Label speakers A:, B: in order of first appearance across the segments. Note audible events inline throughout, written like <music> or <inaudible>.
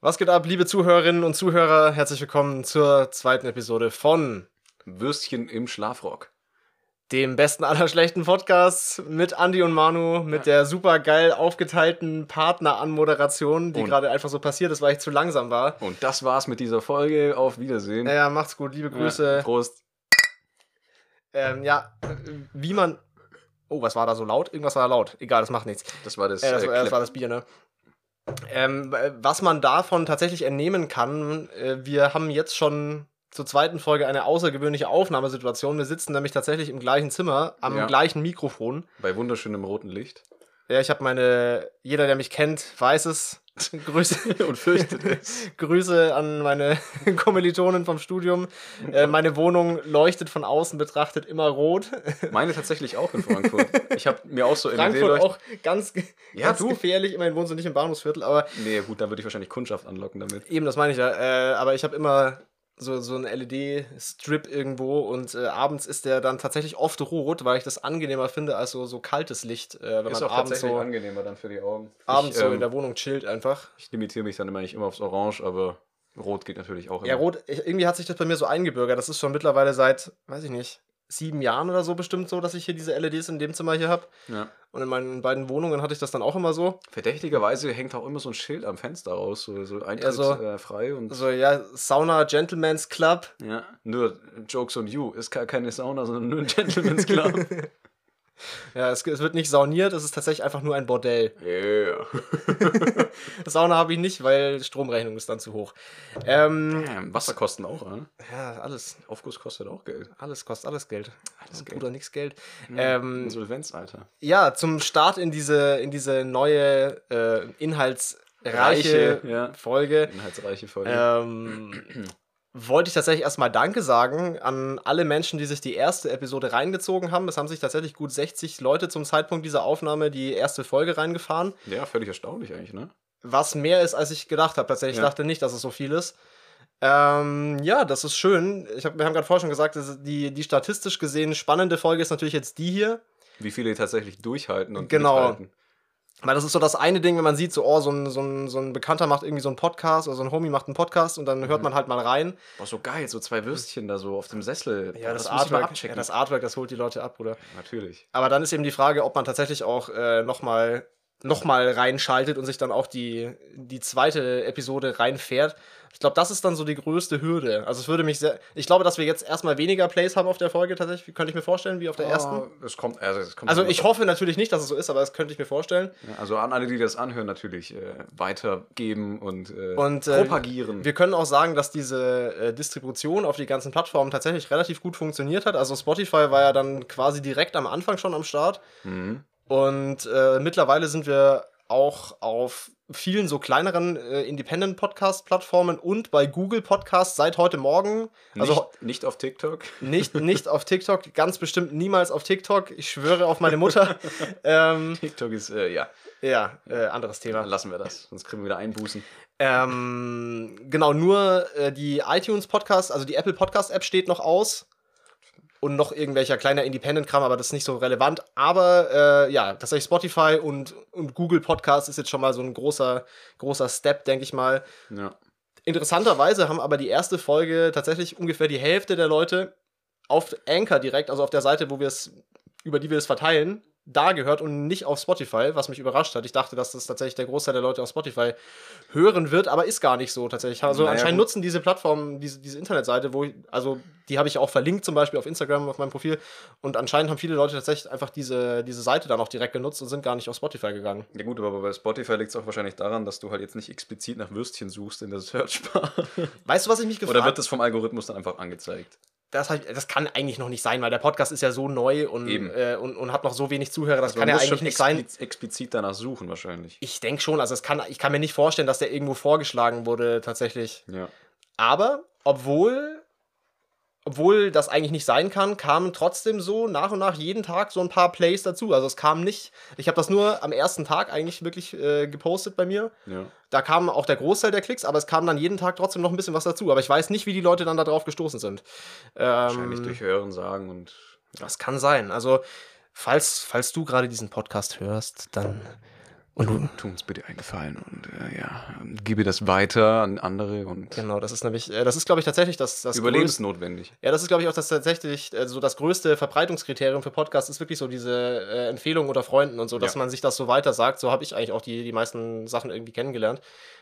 A: Was geht ab, liebe Zuhörerinnen und Zuhörer? Herzlich willkommen zur zweiten Episode von
B: Würstchen im Schlafrock.
A: dem besten aller schlechten Podcasts mit Andy und Manu, mit der super geil aufgeteilten Partneranmoderation, die
B: Und-
A: gerade einfach so passiert ist, weil ich zu langsam war.
B: Und das war's mit dieser Folge. Auf Wiedersehen.
A: Naja, macht's gut, liebe
B: Ja,
A: Grüße.
B: Prost.
A: Ähm, ja, äh, wie man. Oh, was war da so laut? Irgendwas war da laut. Egal, das macht nichts.
B: Das war das.
A: Äh, das,
B: äh,
A: war- das
B: Clip.
A: war das Bier, ne? Ähm, äh, was man davon tatsächlich entnehmen kann, äh, wir haben jetzt schon zur zweiten Folge eine außergewöhnliche Aufnahmesituation. Wir sitzen nämlich tatsächlich im gleichen Zimmer, am
B: Ja.
A: gleichen Mikrofon.
B: Bei wunderschönem roten Licht.
A: Ja, ich habe meine, jeder, der mich kennt, weiß
B: <laughs>
A: es. Grüße,
B: Und fürchtet es.
A: <laughs> Grüße an meine <laughs> Kommilitonen vom Studium. Äh, meine Wohnung leuchtet von außen betrachtet immer rot.
B: Meine tatsächlich auch in Frankfurt. Ich habe mir auch so
A: Frankfurt
B: LED-Leuchten-
A: auch ganz, ge-
B: Ja,
A: ganz
B: du.
A: gefährlich. Immerhin wohnst du nicht im Bahnhofsviertel, aber
B: Nee, gut, da würde ich wahrscheinlich Kundschaft anlocken damit.
A: eben, das meine ich ja. Äh, aber ich habe immer so, so einen LED-Strip irgendwo und äh, abends ist der dann tatsächlich oft rot, weil ich das angenehmer finde als so, so kaltes Licht, äh, wenn
B: Ist
A: man
B: auch
A: abends,
B: tatsächlich
A: so,
B: angenehmer dann für die Augen.
A: abends
B: ich,
A: so
B: ähm,
A: in der Wohnung chillt einfach.
B: ich limitiere mich dann immer nicht immer aufs Orange, aber Rot geht natürlich auch immer.
A: Ja, Rot, ich- irgendwie hat sich das bei mir so eingebürgert. Das ist schon mittlerweile seit, weiß ich nicht, sieben Jahren oder so bestimmt so, dass ich hier diese LEDs in dem Zimmer hier habe.
B: Ja.
A: Und in meinen beiden Wohnungen hatte ich das dann auch immer so.
B: Verdächtigerweise hängt auch immer so ein Schild am Fenster raus, so, so Eintritt
A: so-
B: äh, frei und.
A: So, ja, Sauna, Gentleman's Club.
B: Ja, nur Jokes on You ist gar keine Sauna, sondern nur ein Gentleman's Club.
A: Ja, es, es wird nicht sauniert, es ist tatsächlich einfach nur ein Bordell.
B: <laughs> yeah.
A: Sauna habe ich nicht, weil Stromrechnung ist dann zu hoch. Ähm,
B: Damn, Wasser kosten Hm, auch, ne?
A: ja, alles,
B: Aufguss kostet auch Geld.
A: alles kostet alles Geld.
B: Alles
A: Bruder, nix Geld.
B: Ähm,
A: Ähm,
B: Insolvenz, Alter.
A: ja, zum Start in diese, in diese neue äh, inhaltsreiche
B: Reiche, ja.
A: Folge.
B: Inhaltsreiche Folge.
A: Ähm, wollte ich tatsächlich erstmal Danke sagen an alle Menschen, die sich die erste Episode reingezogen haben. Es haben sich tatsächlich gut 60 Leute zum Zeitpunkt dieser Aufnahme die erste Folge reingefahren.
B: Ja, völlig erstaunlich eigentlich, ne?
A: Was mehr ist, als ich gedacht habe. Tatsächlich, ich
B: Ja.
A: dachte nicht, dass es so viel ist. Ähm, ja, das ist schön. Ich hab, wir haben gerade vorher schon gesagt, dass die, die statistisch gesehen spannende Folge ist natürlich jetzt die hier.
B: Wie viele tatsächlich durchhalten und
A: Genau.
B: mithalten.
A: Weil das ist so das eine Ding, wenn man sieht, so, oh, so ein, so ein, so ein Bekannter macht irgendwie so einen Podcast oder so ein Homie macht einen Podcast und dann hört
B: Mhm.
A: man halt mal rein.
B: Boah, so geil, so zwei Würstchen da so auf dem Sessel. Boah, muss ich mal
A: Artwork, ja,
B: abchecken.
A: das Artwork, das holt die Leute ab, oder?
B: Natürlich.
A: Aber dann ist eben die Frage, ob man tatsächlich auch äh, nochmal noch mal reinschaltet und sich dann auch die, die zweite Episode reinfährt. Ich glaube, das ist dann so die größte Hürde. Also es würde mich sehr. Ich glaube, dass wir jetzt erstmal weniger Plays haben auf der Folge tatsächlich, könnte ich mir vorstellen, wie auf der ersten.
B: Oh, es kommt, also, es kommt
A: Also
B: immer
A: ich
B: drauf
A: hoffe natürlich nicht, dass es so ist, aber das könnte ich mir vorstellen.
B: an. Ja, Also an alle, die das anhören, natürlich äh, weitergeben und, äh,
A: Und, äh,
B: propagieren.
A: Wir können auch sagen, dass diese äh, Distribution auf die ganzen Plattformen tatsächlich relativ gut funktioniert hat. Also Spotify war ja dann quasi direkt am Anfang schon am Start.
B: mhm.
A: Und äh, mittlerweile sind wir auch auf vielen so kleineren äh, Independent-Podcast-Plattformen und bei Google Podcasts seit heute Morgen. Also
B: nicht, nicht auf TikTok.
A: <laughs>
B: <laughs>
A: nicht, nicht auf TikTok, ganz bestimmt niemals auf TikTok. Ich schwöre auf meine Mutter. ähm,
B: TikTok ist, äh, ja,
A: ja, äh, anderes Thema.
B: lassen wir das. Sonst kriegen wir wieder Einbußen.
A: Ähm, genau, nur äh, die iTunes Podcast, also die Apple Podcast App steht noch aus. Und noch irgendwelcher kleiner Independent-Kram, aber das ist nicht so relevant. Aber äh, ja, tatsächlich Spotify und, und Google Podcast ist jetzt schon mal so ein großer, großer Step, denke ich mal.
B: Ja.
A: Interessanterweise haben aber die erste Folge tatsächlich ungefähr die Hälfte der Leute auf Anchor direkt, also auf der Seite, wo wir es, über die wir es verteilen, da gehört und nicht auf Spotify, was mich überrascht hat. Ich dachte, dass das tatsächlich der Großteil der Leute auf Spotify hören wird, aber ist gar nicht so tatsächlich. Also
B: Naja,
A: anscheinend
B: gut.
A: nutzen diese Plattformen, diese, diese Internetseite, wo ich, also die habe ich auch verlinkt, zum Beispiel auf Instagram, auf meinem Profil. Und anscheinend haben viele Leute tatsächlich einfach diese, diese Seite dann auch direkt genutzt und sind gar nicht auf Spotify gegangen.
B: Ja gut, aber bei Spotify liegt es auch wahrscheinlich daran, dass du halt jetzt nicht explizit nach Würstchen suchst in der <laughs> Searchbar.
A: Weißt du, was ich mich gefragt
B: Oder wird das vom Algorithmus dann einfach angezeigt?
A: das, hab ich, das kann eigentlich noch nicht sein, weil der Podcast ist ja so neu und,
B: Eben.
A: äh, und, und hat noch so wenig Zuhörer, das
B: Also
A: kann
B: man
A: ja
B: muss
A: eigentlich
B: schon
A: nicht sein.
B: expliz- explizit danach suchen wahrscheinlich.
A: Ich denke schon, also es kann, ich kann mir nicht vorstellen, dass der irgendwo vorgeschlagen wurde tatsächlich.
B: Ja.
A: Aber obwohl, obwohl das eigentlich nicht sein kann, kamen trotzdem so nach und nach jeden Tag so ein paar Plays dazu. Also es kam nicht, ich habe das nur am ersten Tag eigentlich wirklich äh, gepostet bei mir.
B: ja.
A: Da kam auch der Großteil der Klicks, aber es kam dann jeden Tag trotzdem noch ein bisschen was dazu. Aber ich weiß nicht, wie die Leute dann darauf gestoßen sind. Ähm,
B: Wahrscheinlich durch Hören sagen und
A: Das kann sein. Also, falls, falls du gerade diesen Podcast hörst, dann
B: Und du tu uns bitte einen Gefallen und äh, ja, gebe das weiter an andere und
A: Genau, das ist nämlich, äh, das ist, glaube ich, tatsächlich das, das größte-
B: überlebensnotwendig.
A: Ja, das ist, glaube ich, auch das tatsächlich äh, so das größte Verbreitungskriterium für Podcasts ist wirklich so diese äh, Empfehlung unter Freunden und so, dass
B: Ja.
A: man sich das so weiter sagt. So habe ich eigentlich auch die, die meisten Sachen irgendwie kennengelernt.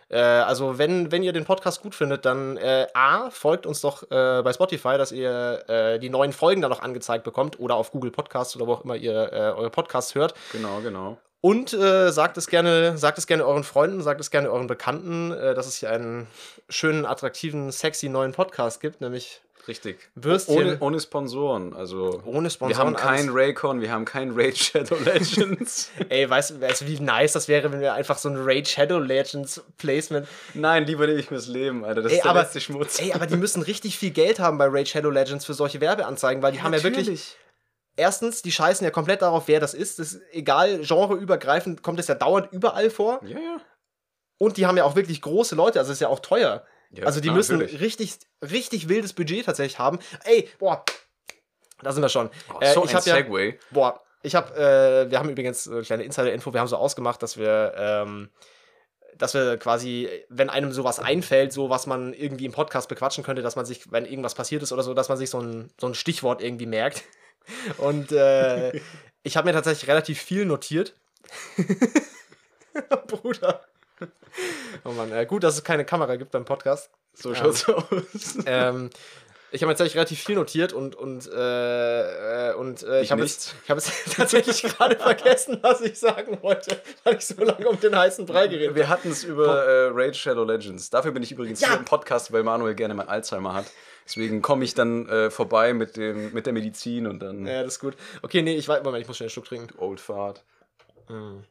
A: Äh, also, wenn, wenn ihr den Podcast gut findet, dann äh, A, folgt uns doch äh, bei Spotify, dass ihr äh, die neuen Folgen dann noch angezeigt bekommt oder auf Google Podcasts oder wo auch immer ihr äh, eure Podcasts hört.
B: Genau, genau.
A: Und äh, sagt es gerne, sagt es gerne euren Freunden, sagt es gerne euren Bekannten, äh, dass es hier einen schönen, attraktiven, sexy neuen Podcast gibt, nämlich
B: Richtig.
A: Würstchen.
B: Ohne, ohne Sponsoren. Also
A: ohne
B: wir
A: Sponsoren.
B: haben kein
A: alles.
B: Raycon, wir haben kein Raid
A: <laughs>
B: Shadow Legends.
A: Ey, weißt du, weißt, du, wie nice das wäre, wenn wir einfach so ein Raid Shadow Legends Placement.
B: Nein, lieber nehme ich mir's Leben, Alter. Das
A: Ey,
B: ist der
A: aber-
B: letzte Schmutz.
A: Ey,
B: <laughs>
A: aber die müssen richtig viel Geld haben bei Raid Shadow Legends für solche Werbeanzeigen, weil die haben ja wirklich. Erstens, die scheißen ja komplett darauf, wer das ist. Das ist egal, genreübergreifend kommt es ja dauernd überall vor.
B: Ja, ja.
A: Und die haben ja auch wirklich große Leute, also es ist ja auch teuer.
B: Ja,
A: also die
B: na,
A: müssen
B: natürlich.
A: richtig, richtig wildes Budget tatsächlich haben. Ey, boah, da sind wir schon.
B: Oh,
A: Äh,
B: so
A: ich
B: ein
A: hab ja-
B: Segway.
A: Boah, ich habe, äh, wir haben übrigens äh, kleine Insider-Info, wir haben so ausgemacht, dass wir, ähm, dass wir quasi, wenn einem sowas einfällt, so was man irgendwie im Podcast bequatschen könnte, dass man sich, wenn irgendwas passiert ist oder so, dass man sich so ein, so ein Stichwort irgendwie merkt. <laughs> Und
B: <laughs>
A: äh, ich habe mir tatsächlich relativ viel notiert. <laughs> Bruder. Oh Mann, äh, gut, dass es keine Kamera gibt beim Podcast
B: So schaut's <laughs> aus.
A: ähm, ich habe jetzt tatsächlich relativ viel notiert und und äh, äh, und äh, ich
B: Ich
A: habe
B: nicht.
A: jetzt, ich hab jetzt <laughs> tatsächlich gerade vergessen, was ich sagen wollte, weil ich so lange um den heißen Brei geredet
B: Wir hatten es über äh, Raid Shadow Legends. Dafür bin ich übrigens
A: Ja.
B: hier im Podcast, weil Manuel gerne mal Alzheimer hat. Deswegen komme ich dann äh, vorbei mit, dem, mit der Medizin und dann
A: habe. Ja, das ist gut. Okay, nee, ich weiß, Moment, ich muss schnell einen Schluck trinken.
B: Old Fart.
A: Mhm.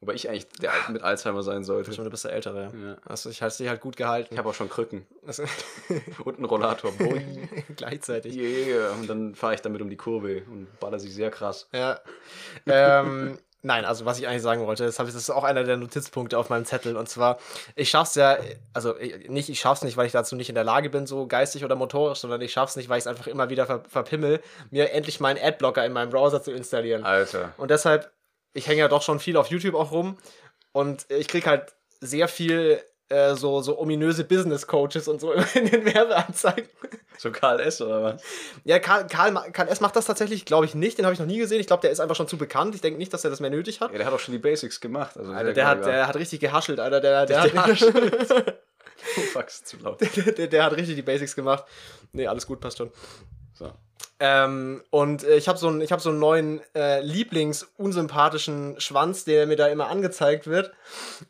B: Wobei ich eigentlich der Al- mit Alzheimer sein sollte.
A: Schon ein bisschen ältere. Ja.
B: Ja.
A: Also ich hatte dich halt gut gehalten.
B: Hm. Ich habe auch schon Krücken <laughs>
A: Also, <laughs>
B: und einen Rollator. Boing.
A: gleichzeitig.
B: Yeah. Und dann fahre ich damit um die Kurve und baller sich sehr krass.
A: Ja. ähm, nein, also was ich eigentlich sagen wollte, das, hab ich, das ist auch einer der Notizpunkte auf meinem Zettel. Und zwar, ich schaff's ja, also ich, nicht, ich schaff's nicht, weil ich dazu nicht in der Lage bin, so geistig oder motorisch, sondern ich schaff's nicht, weil ich es einfach immer wieder ver verpimmel, mir endlich meinen Adblocker in meinem Browser zu installieren.
B: Alter.
A: Und deshalb, ich hänge ja doch schon viel auf YouTube auch rum und ich krieg halt sehr viel äh, so, so ominöse Business Coaches und so <laughs> in den Werbeanzeigen.
B: So Karl S. oder was?
A: Ja, Karl, Karl, Ma- Karl S. macht das tatsächlich, glaube ich, nicht. Den habe ich noch nie gesehen. Ich glaube, der ist einfach schon zu bekannt. Ich denke nicht, dass er das mehr nötig hat.
B: Ja, der hat auch schon die Basics gemacht. Also
A: Alter, der, hat, der hat richtig gehaschelt, Alter. Der, der,
B: Der
A: hat,
B: Oh, <laughs> fuck, ist zu laut.
A: <laughs> der, der hat richtig die Basics gemacht. Nee, alles gut, passt schon.
B: So.
A: Ähm, und äh, ich habe so, einen- ich hab so einen neuen äh, Lieblings-unsympathischen Schwanz, der mir da immer angezeigt wird.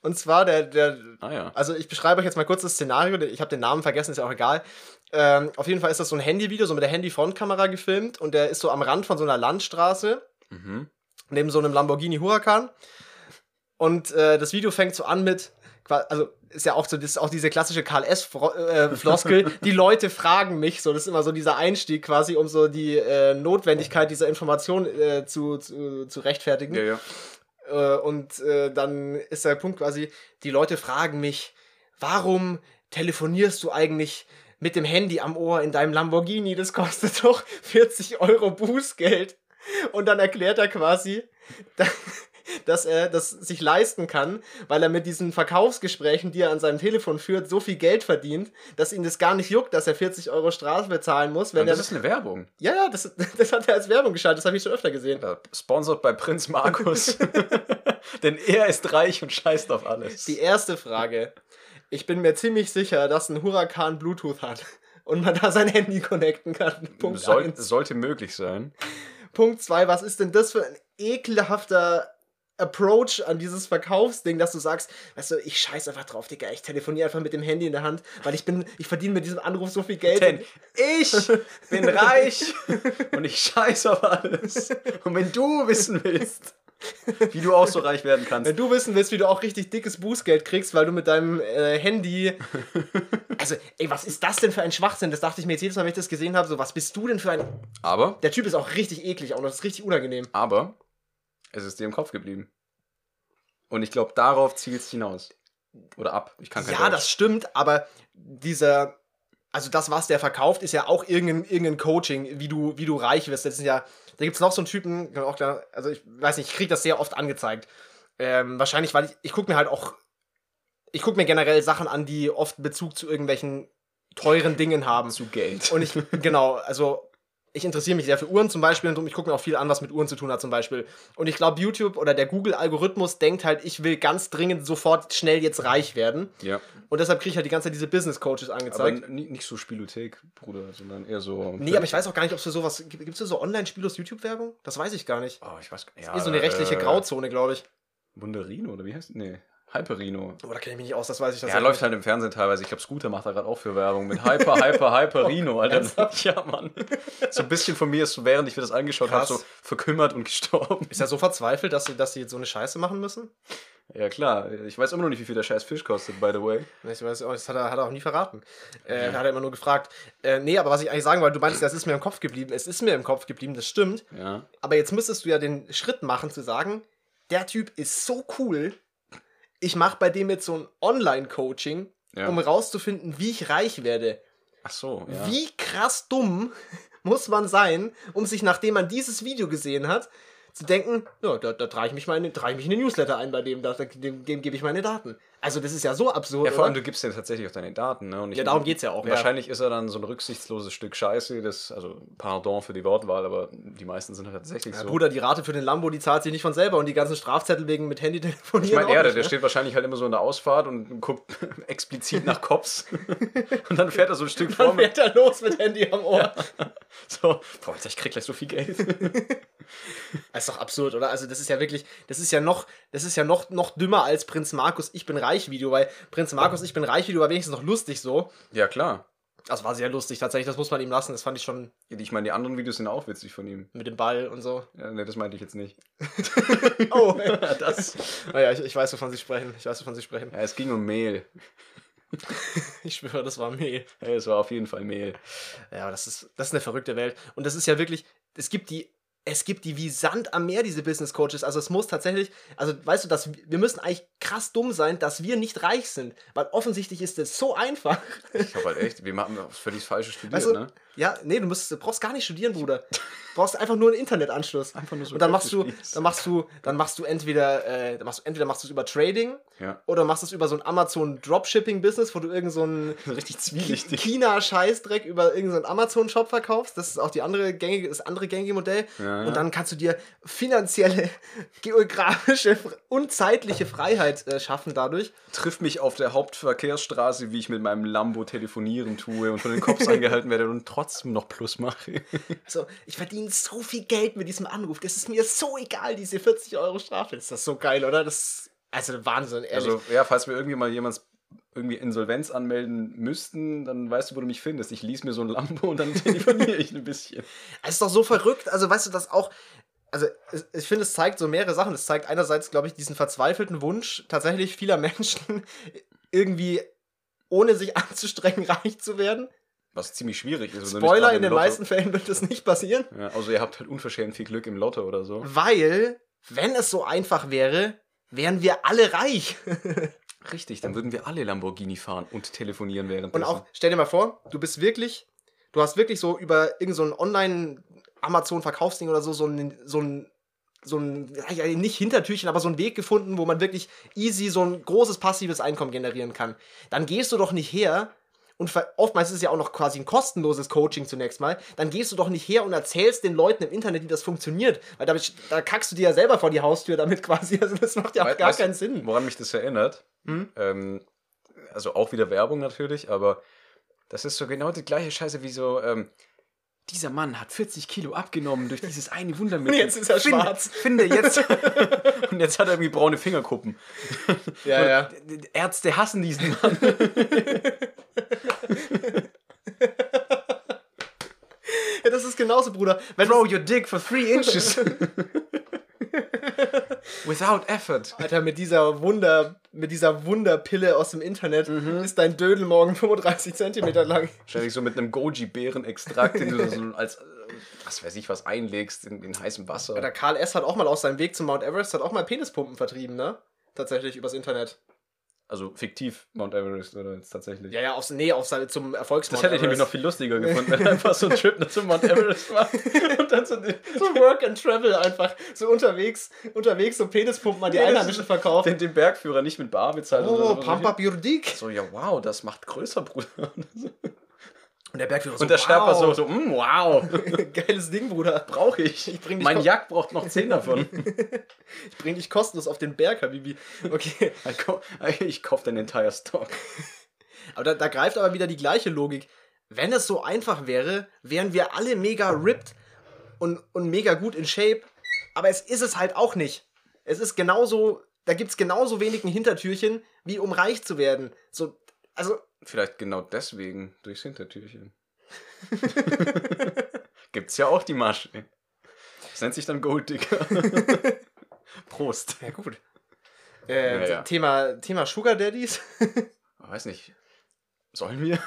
A: Und zwar, der, der,
B: Ah ja.
A: also ich beschreibe euch jetzt mal kurz das Szenario. Ich habe den Namen vergessen, ist ja auch egal. Ähm, auf jeden Fall ist das so ein Handyvideo, so mit der Handy-Frontkamera gefilmt. Und der ist so am Rand von so einer Landstraße.
B: Mhm.
A: neben so einem Lamborghini Huracan. Und äh, das Video fängt so an mit, qua- also ist ja auch so, das ist auch diese klassische Karl S. Fro- äh,
B: <laughs>
A: Floskel, die Leute fragen mich, so das ist immer so dieser Einstieg quasi, um so die äh, Notwendigkeit dieser Information äh, zu, zu, zu rechtfertigen.
B: Ja, ja.
A: Äh, und äh, dann ist der Punkt quasi, die Leute fragen mich, warum telefonierst du eigentlich mit dem Handy am Ohr in deinem Lamborghini? Das kostet <laughs> doch 40 Euro Bußgeld. Und dann erklärt er quasi, <laughs> da- dass er das sich leisten kann, weil er mit diesen Verkaufsgesprächen, die er an seinem Telefon führt, so viel Geld verdient, dass ihn das gar nicht juckt, dass er 40 Euro Strafe bezahlen muss. Wenn
B: Und
A: er
B: das ist eine Werbung.
A: ja, ja, das, <laughs> das hat er als Werbung geschaltet, das habe ich schon öfter gesehen.
B: Ja, Sponsored bei Prinz
A: <laughs>
B: Markus. <laughs> Denn er ist reich und scheißt auf alles.
A: Die erste Frage. Ich bin mir ziemlich sicher, dass ein Huracan Bluetooth hat <laughs> und man da sein Handy connecten kann. Punkt
B: Soll,
A: eins.
B: sollte möglich sein.
A: Punkt zwei. Was ist denn das für ein ekelhafter Approach an dieses Verkaufsding, dass du sagst, weißt du, ich scheiß einfach drauf, Digga, ich telefoniere einfach mit dem Handy in der Hand, weil ich bin, ich verdiene mit diesem Anruf so viel Geld.
B: Denn ich
A: <laughs>
B: bin reich und ich scheiß auf alles. Und wenn du wissen willst, wie du auch so reich werden kannst.
A: Wenn du wissen willst, wie du auch richtig dickes Bußgeld kriegst, weil du mit deinem äh, Handy. Also, ey, was ist das denn für ein Schwachsinn? Das dachte ich mir jetzt jedes Mal, wenn ich das gesehen habe. So, was bist du denn für ein.
B: Aber,
A: Der Typ ist auch richtig eklig, auch noch. Das ist richtig unangenehm.
B: aber, es ist dir im Kopf geblieben. Und ich glaube, darauf zielt es hinaus. Oder ab. Ich kann kein
A: Ja,
B: Deutsch.
A: das stimmt, aber dieser. Also das, was der verkauft, ist ja auch irgendein, irgendein Coaching, wie du, wie du reich wirst. Das ist ja, da gibt es noch so einen Typen, kann man auch klar, also ich weiß nicht, ich kriege das sehr oft angezeigt. Ähm, wahrscheinlich, weil ich, ich gucke mir halt auch, ich gucke mir generell Sachen an, die oft Bezug zu irgendwelchen teuren Dingen haben.
B: Zu
A: <laughs>
B: Geld.
A: Und ich, genau, also ich interessiere mich sehr für Uhren zum Beispiel und ich gucke mir auch viel an, was mit Uhren zu tun hat zum Beispiel. Und ich glaube, YouTube oder der Google-Algorithmus denkt halt, ich will ganz dringend sofort schnell jetzt reich werden.
B: ja.
A: Und deshalb kriege ich halt die ganze Zeit diese Business-Coaches
B: Aber
A: angezeigt.
B: ni- nicht so Spielothek, Bruder, sondern eher so.
A: nee, aber ich weiß auch gar nicht, ob es für sowas, gibt es für so Online-Spielos YouTube-Werbung? Das weiß ich gar nicht.
B: Oh, ich weiß gar
A: Ist eh so eine
B: äh,
A: rechtliche Grauzone, glaube ich.
B: Bunderino, oder wie heißt Nee, Hyperino.
A: Oh, da kenne ich mich nicht aus, das weiß ich
B: Ja, läuft halt im Fernsehen teilweise. Ich glaube, Scooter macht da gerade auch für Werbung <laughs> mit Hyper, Hyper, Hyperino, Alter. <laughs> Ja, Mann. So ein bisschen von mir ist, so, während ich mir das angeschaut habe,
A: Krass.
B: so verkümmert und <laughs> gestorben.
A: Ist er so verzweifelt, dass sie, dass sie jetzt so eine Scheiße machen müssen?
B: Ja, klar. Ich weiß immer noch nicht, wie viel der scheiß Fisch kostet, by the way.
A: Ich weiß auch, das hat er, hat er auch nie verraten. Äh,
B: Ja.
A: Hat er immer nur gefragt. Äh, nee, aber was ich eigentlich sagen wollte, du meinst, das ist mir im Kopf geblieben. Es ist mir im Kopf geblieben, das stimmt.
B: Ja.
A: Aber jetzt müsstest du ja den Schritt machen, zu sagen, der Typ ist so cool, ich mache bei dem jetzt so ein Online-Coaching,
B: ja.
A: um rauszufinden, wie ich reich werde.
B: Ach so, ja.
A: Wie krass dumm <laughs> muss man sein, um sich, nachdem man dieses Video gesehen hat, zu denken, ja, da, da trage ich mich mal in, trage ich mich in den Newsletter ein, bei dem, da, dem, dem gebe ich meine Daten. Also das ist ja so absurd.
B: Ja, vor allem,
A: oder?
B: du gibst ja tatsächlich auch deine Daten, ne? Und ich-
A: ja darum geht's ja auch. Ja.
B: Wahrscheinlich ist er dann so ein rücksichtsloses Stück Scheiße, das, also pardon für die Wortwahl, aber die meisten sind halt tatsächlich
A: Ja,
B: so.
A: Bruder, die Rate für den Lambo, die zahlt sich nicht von selber und die ganzen Strafzettel wegen mit Handy telefonieren.
B: ich meine,
A: auch
B: er, der
A: nicht, ne?
B: steht wahrscheinlich halt immer so in der Ausfahrt und guckt <laughs> explizit
A: <laughs>
B: nach Cops. und dann fährt er so ein Stück vor
A: Dann
B: mit
A: fährt er los mit Handy am Ohr.
B: so, boah, Alter, ich krieg gleich so
A: <laughs>
B: viel Geld.
A: Das ist doch absurd, oder? Also, das ist ja wirklich, das ist ja noch, das ist ja noch, noch dümmer als Prinz Markus Ich bin reich Video, weil Prinz Markus Ich bin reich Video war wenigstens noch lustig so.
B: ja, klar.
A: Das war sehr lustig, tatsächlich, das muss man ihm lassen. Das fand ich schon
B: Ich meine, die anderen Videos sind auch witzig von ihm.
A: mit dem Ball und so.
B: Ja, ne, das meinte ich jetzt nicht.
A: Oh, <laughs>
B: das.
A: naja, ich, ich weiß, wovon Sie sprechen. Ich weiß, wovon Sie sprechen.
B: Ja, es ging um Mehl.
A: Ich schwöre, das war eh Mehl.
B: Hey, es war auf jeden Fall Mehl.
A: Ja, aber das ist, das ist eine verrückte Welt. Und das ist ja wirklich, es gibt die, es gibt die wie Sand am Meer, diese Business Coaches. Also es muss tatsächlich, also weißt du, dass wir müssen eigentlich krass dumm sein, dass wir nicht reich sind. Weil offensichtlich ist es so einfach.
B: Ich hab halt echt, wir haben auch völlig falsches studiert,
A: Weißt du,
B: ne?
A: Ja, nee, du, musst, du brauchst gar nicht studieren, Bruder. Du brauchst einfach nur einen Internetanschluss.
B: Einfach nur so
A: Und dann machst du,
B: Glücksspiels.
A: dann machst du, dann machst du entweder, äh, dann machst du, entweder machst du es über Trading
B: Ja.
A: oder machst es über so ein Amazon Dropshipping Business, wo du irgend so einen
B: <laughs> Richtig
A: Ki-
B: zwielichtig.
A: China-Scheißdreck über irgendeinen Amazon-Shop verkaufst. Das ist auch die andere gängige, das andere gängige Modell.
B: Ja, ja.
A: Und dann kannst du dir finanzielle, <laughs> geografische fr- und zeitliche Freiheit äh, schaffen dadurch.
B: Triff mich auf der Hauptverkehrsstraße, wie ich mit meinem Lambo telefonieren tue und von den <laughs> Cops angehalten werde und trotzdem noch Plus mache.
A: Also, ich verdiene so viel Geld mit diesem Anruf. Das ist mir so egal, diese 40 Euro Strafe. Ist das so geil, oder? Das ist also Wahnsinn, ehrlich.
B: Also, ja, falls mir irgendwie mal jemand irgendwie Insolvenz anmelden müssten, dann weißt du, wo du mich findest. Ich lies mir so ein Lambo <laughs> und dann telefoniere ich ein bisschen.
A: Es ist doch so verrückt. Also, weißt du, dass auch. Also, es- ich finde, es zeigt so mehrere Sachen. Es zeigt einerseits, glaube ich, diesen verzweifelten Wunsch tatsächlich vieler Menschen, <laughs> irgendwie ohne sich anzustrengen, <laughs> reich zu werden.
B: Was ziemlich schwierig ist. wenn du Also nicht
A: Spoiler, in
B: gerade im
A: den
B: Lotto-
A: meisten Fällen wird das nicht passieren.
B: Ja, also, ihr habt halt unverschämt viel Glück im Lotto oder so.
A: Weil, wenn es so einfach wäre, wären wir alle reich.
B: Richtig, dann würden wir alle Lamborghini fahren und telefonieren während
A: Und auch, stell dir mal vor, du bist wirklich, du hast wirklich so über irgendein so ein Online-Amazon-Verkaufsding oder so, so ein, so ein, so ein, ja, ja, nicht Hintertürchen, aber so einen Weg gefunden, wo man wirklich easy so ein großes passives Einkommen generieren kann. Dann gehst du doch nicht her und ver- oftmals ist es ja auch noch quasi ein kostenloses Coaching zunächst mal, dann gehst du doch nicht her und erzählst den Leuten im Internet, wie das funktioniert, weil damit, sch- da kackst du dir ja selber vor die Haustür damit <laughs> quasi, also das macht ja auch
B: Wei-
A: gar
B: weißt du,
A: keinen Sinn.
B: Woran mich das erinnert,
A: Hm?
B: ähm, also auch wieder Werbung natürlich, aber das ist so genau die gleiche Scheiße wie so, ähm, dieser Mann hat 40 Kilo abgenommen durch dieses eine Wundermittel. <laughs>
A: Und jetzt ist er
B: Finde-
A: schwarz.
B: Finde <laughs> jetzt. und jetzt hat er irgendwie braune Fingerkuppen. Und d- d- Ärzte hassen diesen Mann.
A: Ja, <laughs> das ist genauso, Bruder. Wenn
B: Throw your dick for three inches. <laughs> Without effort.
A: Alter, mit dieser Wunder, mit dieser Wunderpille aus dem Internet
B: Mhm.
A: ist dein Dödel morgen <laughs> 35 Zentimeter lang.
B: Wahrscheinlich so mit einem Goji-Beeren-Extrakt, den du so als, äh, was weiß ich, was einlegst in, in heißem Wasser.
A: Alter, Karl S. hat auch mal auf seinem Weg zum Mount Everest, hat auch mal Penispumpen vertrieben, ne? Tatsächlich übers Internet.
B: Also fiktiv Mount Everest oder jetzt tatsächlich.
A: Ja, ja, aufs, nee, auf seine, zum Erfolgs
B: das hätte ich irgendwie noch viel lustiger gefunden, wenn er einfach so einen Trip zum Mount Everest <laughs> macht und dann so den,
A: <laughs> So Work and Travel einfach. So unterwegs, unterwegs so Penispumpen an die
B: Nee, das
A: Einheimischen
B: ist-
A: verkaufen.
B: den, den Bergführer nicht mit Bar bezahlt. oder
A: Oh,
B: so.
A: pump up your dick.
B: So, ja, wow, das macht größer, Bruder.
A: Und der Bergführer so,
B: Und der Sherpa so,
A: wow.
B: so, mm, wow,
A: <laughs> Geiles Ding, Bruder.
B: brauche ich.
A: Ich bring dich
B: mein
A: ko-
B: Jack braucht noch 10 <laughs> davon.
A: Ich bring dich kostenlos auf den Berg, Habibi. Okay.
B: I ko- ich kaufe den entire Stock.
A: Aber da, da greift aber wieder die gleiche Logik. Wenn es so einfach wäre, wären wir alle mega ripped und, und mega gut in Shape. Aber es ist es halt auch nicht. Es ist genauso, da gibt es genauso wenigen Hintertürchen, wie um reich zu werden. So, also,
B: Vielleicht genau deswegen durchs Hintertürchen. <laughs> Gibt's ja auch die Masche. Das nennt sich dann Gold <laughs> Digger. Prost.
A: <laughs> ja gut. Äh,
B: Ja, ja.
A: Thema, Thema Sugar Daddies. <laughs>
B: Weiß nicht. Sollen wir?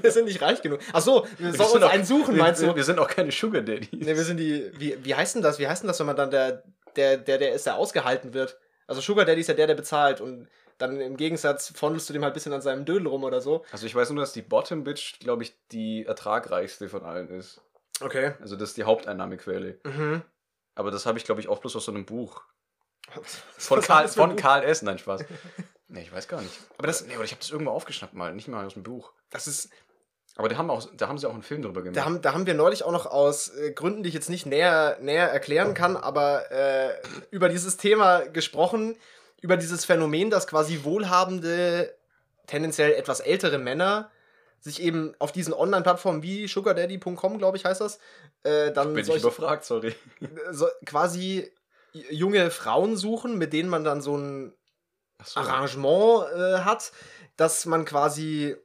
A: Wir sind nicht reich genug. Ach so, wir sollen uns
B: auch-
A: einen suchen,
B: wir-
A: meinst du?
B: Wir sind auch keine Sugar Daddies.
A: Ne, wir sind die. Wie, wie heißt denn das? Wie heißt denn das, wenn man dann der, der, der, der ist, der ausgehalten wird? Also Sugar Daddy ist ja der, der bezahlt und dann im Gegensatz fondelst du dem halt ein bisschen an seinem Dödel rum oder so.
B: Also ich weiß nur, dass die Bottom Bitch, glaube ich, die ertragreichste von allen ist.
A: Okay.
B: Also das ist die Haupteinnahmequelle.
A: Mhm.
B: Aber das habe ich, glaube ich, auch bloß aus so einem Buch. Von,
A: Von
B: Karl, von
A: Karl.
B: Karl S. Nein,
A: <laughs>
B: Spaß. Nee, ich weiß gar nicht.
A: Aber das-
B: nee, aber ich habe das irgendwo aufgeschnappt mal, nicht mal aus dem Buch.
A: Das ist,
B: Aber da haben, auch, da haben sie auch einen Film drüber gemacht.
A: da, haben, da haben wir neulich auch noch aus äh, Gründen, die ich jetzt nicht näher, näher erklären kann, aber äh, über dieses Thema gesprochen, über dieses Phänomen, dass quasi wohlhabende, tendenziell etwas ältere Männer sich eben auf diesen Online-Plattformen wie sugardaddy.com, glaube ich, heißt das, äh, dann
B: Bin ich
A: solche-
B: überfragt, sorry.
A: so, quasi junge Frauen suchen, mit denen man dann so ein
B: Ach so.
A: Arrangement äh, hat, dass man quasi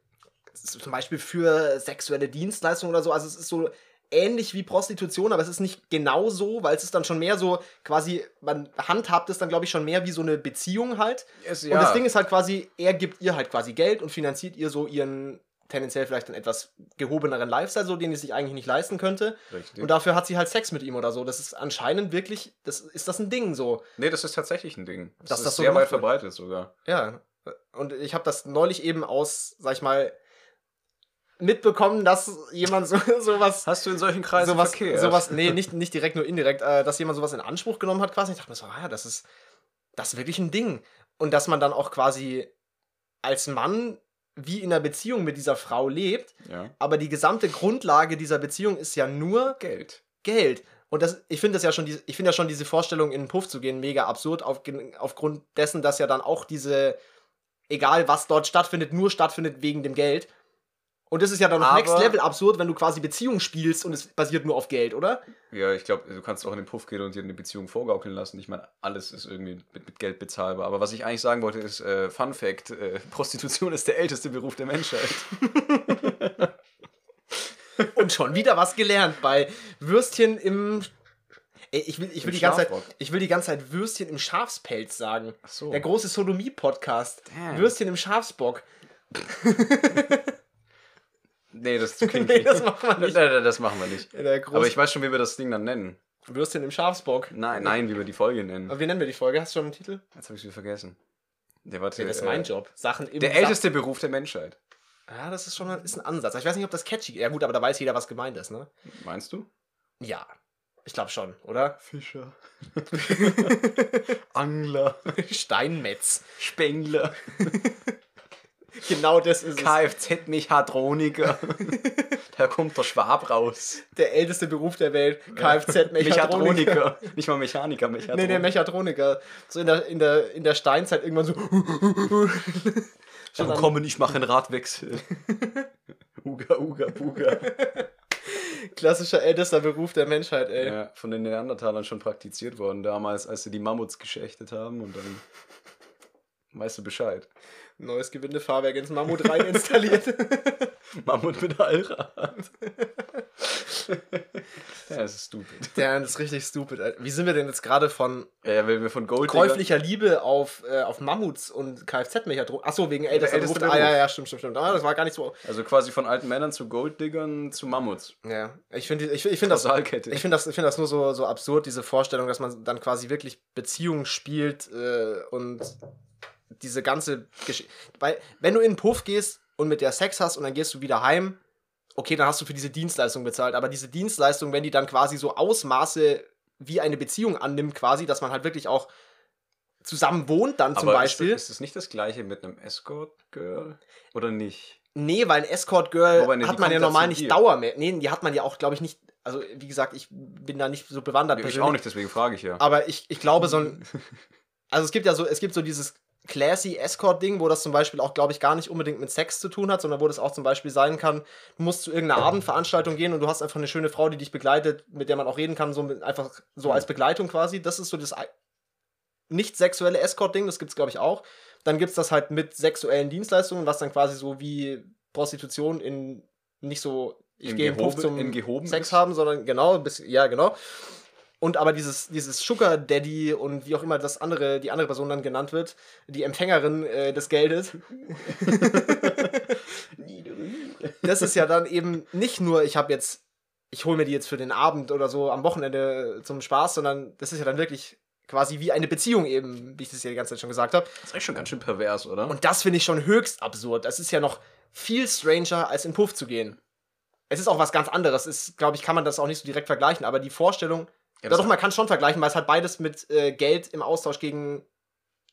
A: z- zum Beispiel für sexuelle Dienstleistungen oder so, also es ist so ähnlich wie Prostitution, aber es ist nicht genau so, weil es ist dann schon mehr so quasi, man handhabt es dann glaube ich schon mehr wie so eine Beziehung halt.
B: Yes,
A: Und das
B: ja.
A: Ding ist halt quasi, er gibt ihr halt quasi Geld und finanziert ihr so ihren tendenziell vielleicht einen etwas gehobeneren Lifestyle, so den sie sich eigentlich nicht leisten könnte.
B: Richtig.
A: Und dafür hat sie halt Sex mit ihm oder so. Das ist anscheinend wirklich, das ist das ein Ding so.
B: nee, das ist tatsächlich ein Ding. Das,
A: Dass
B: ist
A: das so
B: sehr weit
A: gemacht wird.
B: verbreitet sogar.
A: Ja. Und ich habe das neulich eben aus, sag ich mal, mitbekommen, dass jemand so, <laughs> sowas,
B: Hast du in solchen Kreisen
A: sowas,
B: verkehrt?
A: sowas, nee, nicht, nicht direkt, nur indirekt, äh, dass jemand sowas in Anspruch genommen hat quasi. Ich dachte mir so, ah, ja, das ist, das ist wirklich ein Ding. Und dass man dann auch quasi als Mann wie in einer Beziehung mit dieser Frau lebt,
B: Ja.
A: aber die gesamte Grundlage dieser Beziehung ist ja nur
B: Geld.
A: Geld. Und das, ich finde das ja schon, die, ich finde ja schon diese Vorstellung, in den Puff zu gehen, mega absurd, auf, aufgrund dessen, dass ja dann auch diese, egal was dort stattfindet, nur stattfindet wegen dem Geld. Und das ist ja dann noch
B: Aber-
A: Next Level absurd, wenn du quasi Beziehung spielst und es basiert nur auf Geld, oder? <laughs>
B: Ja, ich glaube, du kannst auch in den Puff gehen und dir eine Beziehung vorgaukeln lassen. Ich meine, alles ist irgendwie mit, mit Geld bezahlbar. Aber was ich eigentlich sagen wollte, ist, äh, Fun Fact, äh, <laughs> Prostitution ist der älteste Beruf der Menschheit.
A: Und schon wieder was gelernt bei Würstchen im. Ey, ich will, ich
B: Im
A: will, die, ganze Zeit,
B: Schafrock.
A: ich will die ganze Zeit Würstchen im Schafspelz sagen.
B: Ach so.
A: Der große Sodomie-Podcast.
B: Damn.
A: Würstchen im
B: <laughs>
A: Schafsbock. <laughs>
B: Nee, das ist zu kinky.
A: Nee, das machen wir
B: Nein,
A: nicht.
B: nein, nein, das machen wir nicht.
A: Der
B: Aber ich
A: große
B: weiß schon, wie wir das Ding dann nennen.
A: Würstchen im Schafsbock.
B: Nein, nein, wie wir die Folge nennen.
A: Aber Wie nennen wir die Folge? Hast du schon einen Titel?
B: Jetzt habe ich es wieder vergessen. Der warte,
A: Nee, das ist
B: äh,
A: mein Job. Sachen im
B: Der
A: Sa-
B: älteste Beruf der Menschheit.
A: Ja, das ist schon mal- ist ein Ansatz. Ich weiß nicht, ob das catchy ist. Ja, gut, aber da weiß jeder, was gemeint ist, ne?
B: Meinst du?
A: Ja. Ich glaube schon, oder? <laughs>
B: Fischer. Angler.
A: Steinmetz.
B: Spengler.
A: Genau das ist es. <laughs>
B: Kfz-Mechatroniker. da kommt der Schwab raus.
A: Der älteste Beruf der Welt. <laughs> Kfz-Mechatroniker.
B: Nicht mal Mechaniker, Mechatroniker.
A: Nee, der Mechatroniker. So in der, in der, in der Steinzeit irgendwann so. <laughs>
B: oh, komm, ich mache
A: <laughs>
B: einen Radwechsel. uga, uga, buga.
A: Klassischer ältester Beruf der Menschheit, ey.
B: Ja, von den Neandertalern schon praktiziert worden damals, als sie die Mammuts geschächtet haben und dann weißt du Bescheid.
A: Neues Gewindefahrwerk ins Mammut rein installiert.
B: Mammut mit Allrad. ja, es ist
A: <laughs>
B: stupid.
A: Der ist richtig stupid, Alter. Wie sind wir denn jetzt gerade von
B: Ja, wenn wir von Gold
A: käuflicher Liebe auf, äh, auf Mammuts und Kfz-Mechatronik. Achso, wegen ältester
B: älteste
A: Beruf. Ah, ja,
B: Beruf.
A: ja, stimmt, stimmt, stimmt. Ah, das war gar nicht so.
B: also quasi von alten Männern zu Golddiggern zu Mammuts.
A: Ja, ich finde ich, ich find das,
B: Kausalkette.
A: ich find das, ich find das nur so, so absurd, diese Vorstellung, dass man dann quasi wirklich Beziehungen spielt äh, und diese ganze Geschichte. Weil, wenn du in den Puff gehst und mit der Sex hast und dann gehst du wieder heim, okay, dann hast du für diese Dienstleistung bezahlt. Aber diese Dienstleistung, wenn die dann quasi so Ausmaße wie eine Beziehung annimmt, quasi, dass man halt wirklich auch zusammen wohnt, dann zum
B: Aber
A: Beispiel.
B: Ist, das- ist das nicht das gleiche mit einem Escort-Girl? Oder nicht?
A: Nee, weil ein Escort Girl
B: Wobei, nee, die
A: hat man
B: kommt
A: ja
B: ja
A: normal
B: zu
A: nicht
B: dir.
A: dauermäßig. Nee, die hat man ja auch, glaube ich, nicht. Also, wie gesagt, ich bin da nicht so bewandert.
B: Ich auch nicht, deswegen frage ich ja.
A: Aber ich, ich glaube, so
B: <laughs>
A: ein. Also, es gibt ja so, es gibt so dieses classy Escort-Ding, wo das zum Beispiel auch, glaube ich, gar nicht unbedingt mit Sex zu tun hat, sondern wo das auch zum Beispiel sein kann, du musst zu irgendeiner Abendveranstaltung gehen und du hast einfach eine schöne Frau, die dich begleitet, mit der man auch reden kann, so mit, einfach so als Begleitung quasi. Das ist so das ei- nicht sexuelle Escort-Ding, das gibt's, glaube ich, auch. Dann gibt's das halt mit sexuellen Dienstleistungen, was dann quasi so wie Prostitution in nicht so, ich
B: In
A: gehe im Puff
B: gehobe-
A: zum
B: in gehoben
A: Sex
B: ist?
A: haben, sondern genau, bis, ja, genau. Und aber dieses, dieses Sugar Daddy und wie auch immer das andere, die andere Person dann genannt wird, die Empfängerin äh, des
B: <laughs>
A: Geldes, das ist ja dann eben nicht nur, ich habe jetzt, ich hole mir die jetzt für den Abend oder so am Wochenende zum Spaß, sondern das ist ja dann wirklich quasi wie eine Beziehung eben, wie ich das ja die ganze Zeit schon gesagt habe.
B: Das ist eigentlich schon ganz schön pervers, oder?
A: Und das finde ich schon höchst absurd. Das ist ja noch viel stranger, als in Puff zu gehen. Es ist auch was ganz anderes. Ist, glaube ich, kann man das auch nicht so direkt vergleichen, aber die Vorstellung,
B: ja,
A: ja,
B: das
A: doch, man kann schon vergleichen, weil es hat beides mit äh, Geld im Austausch gegen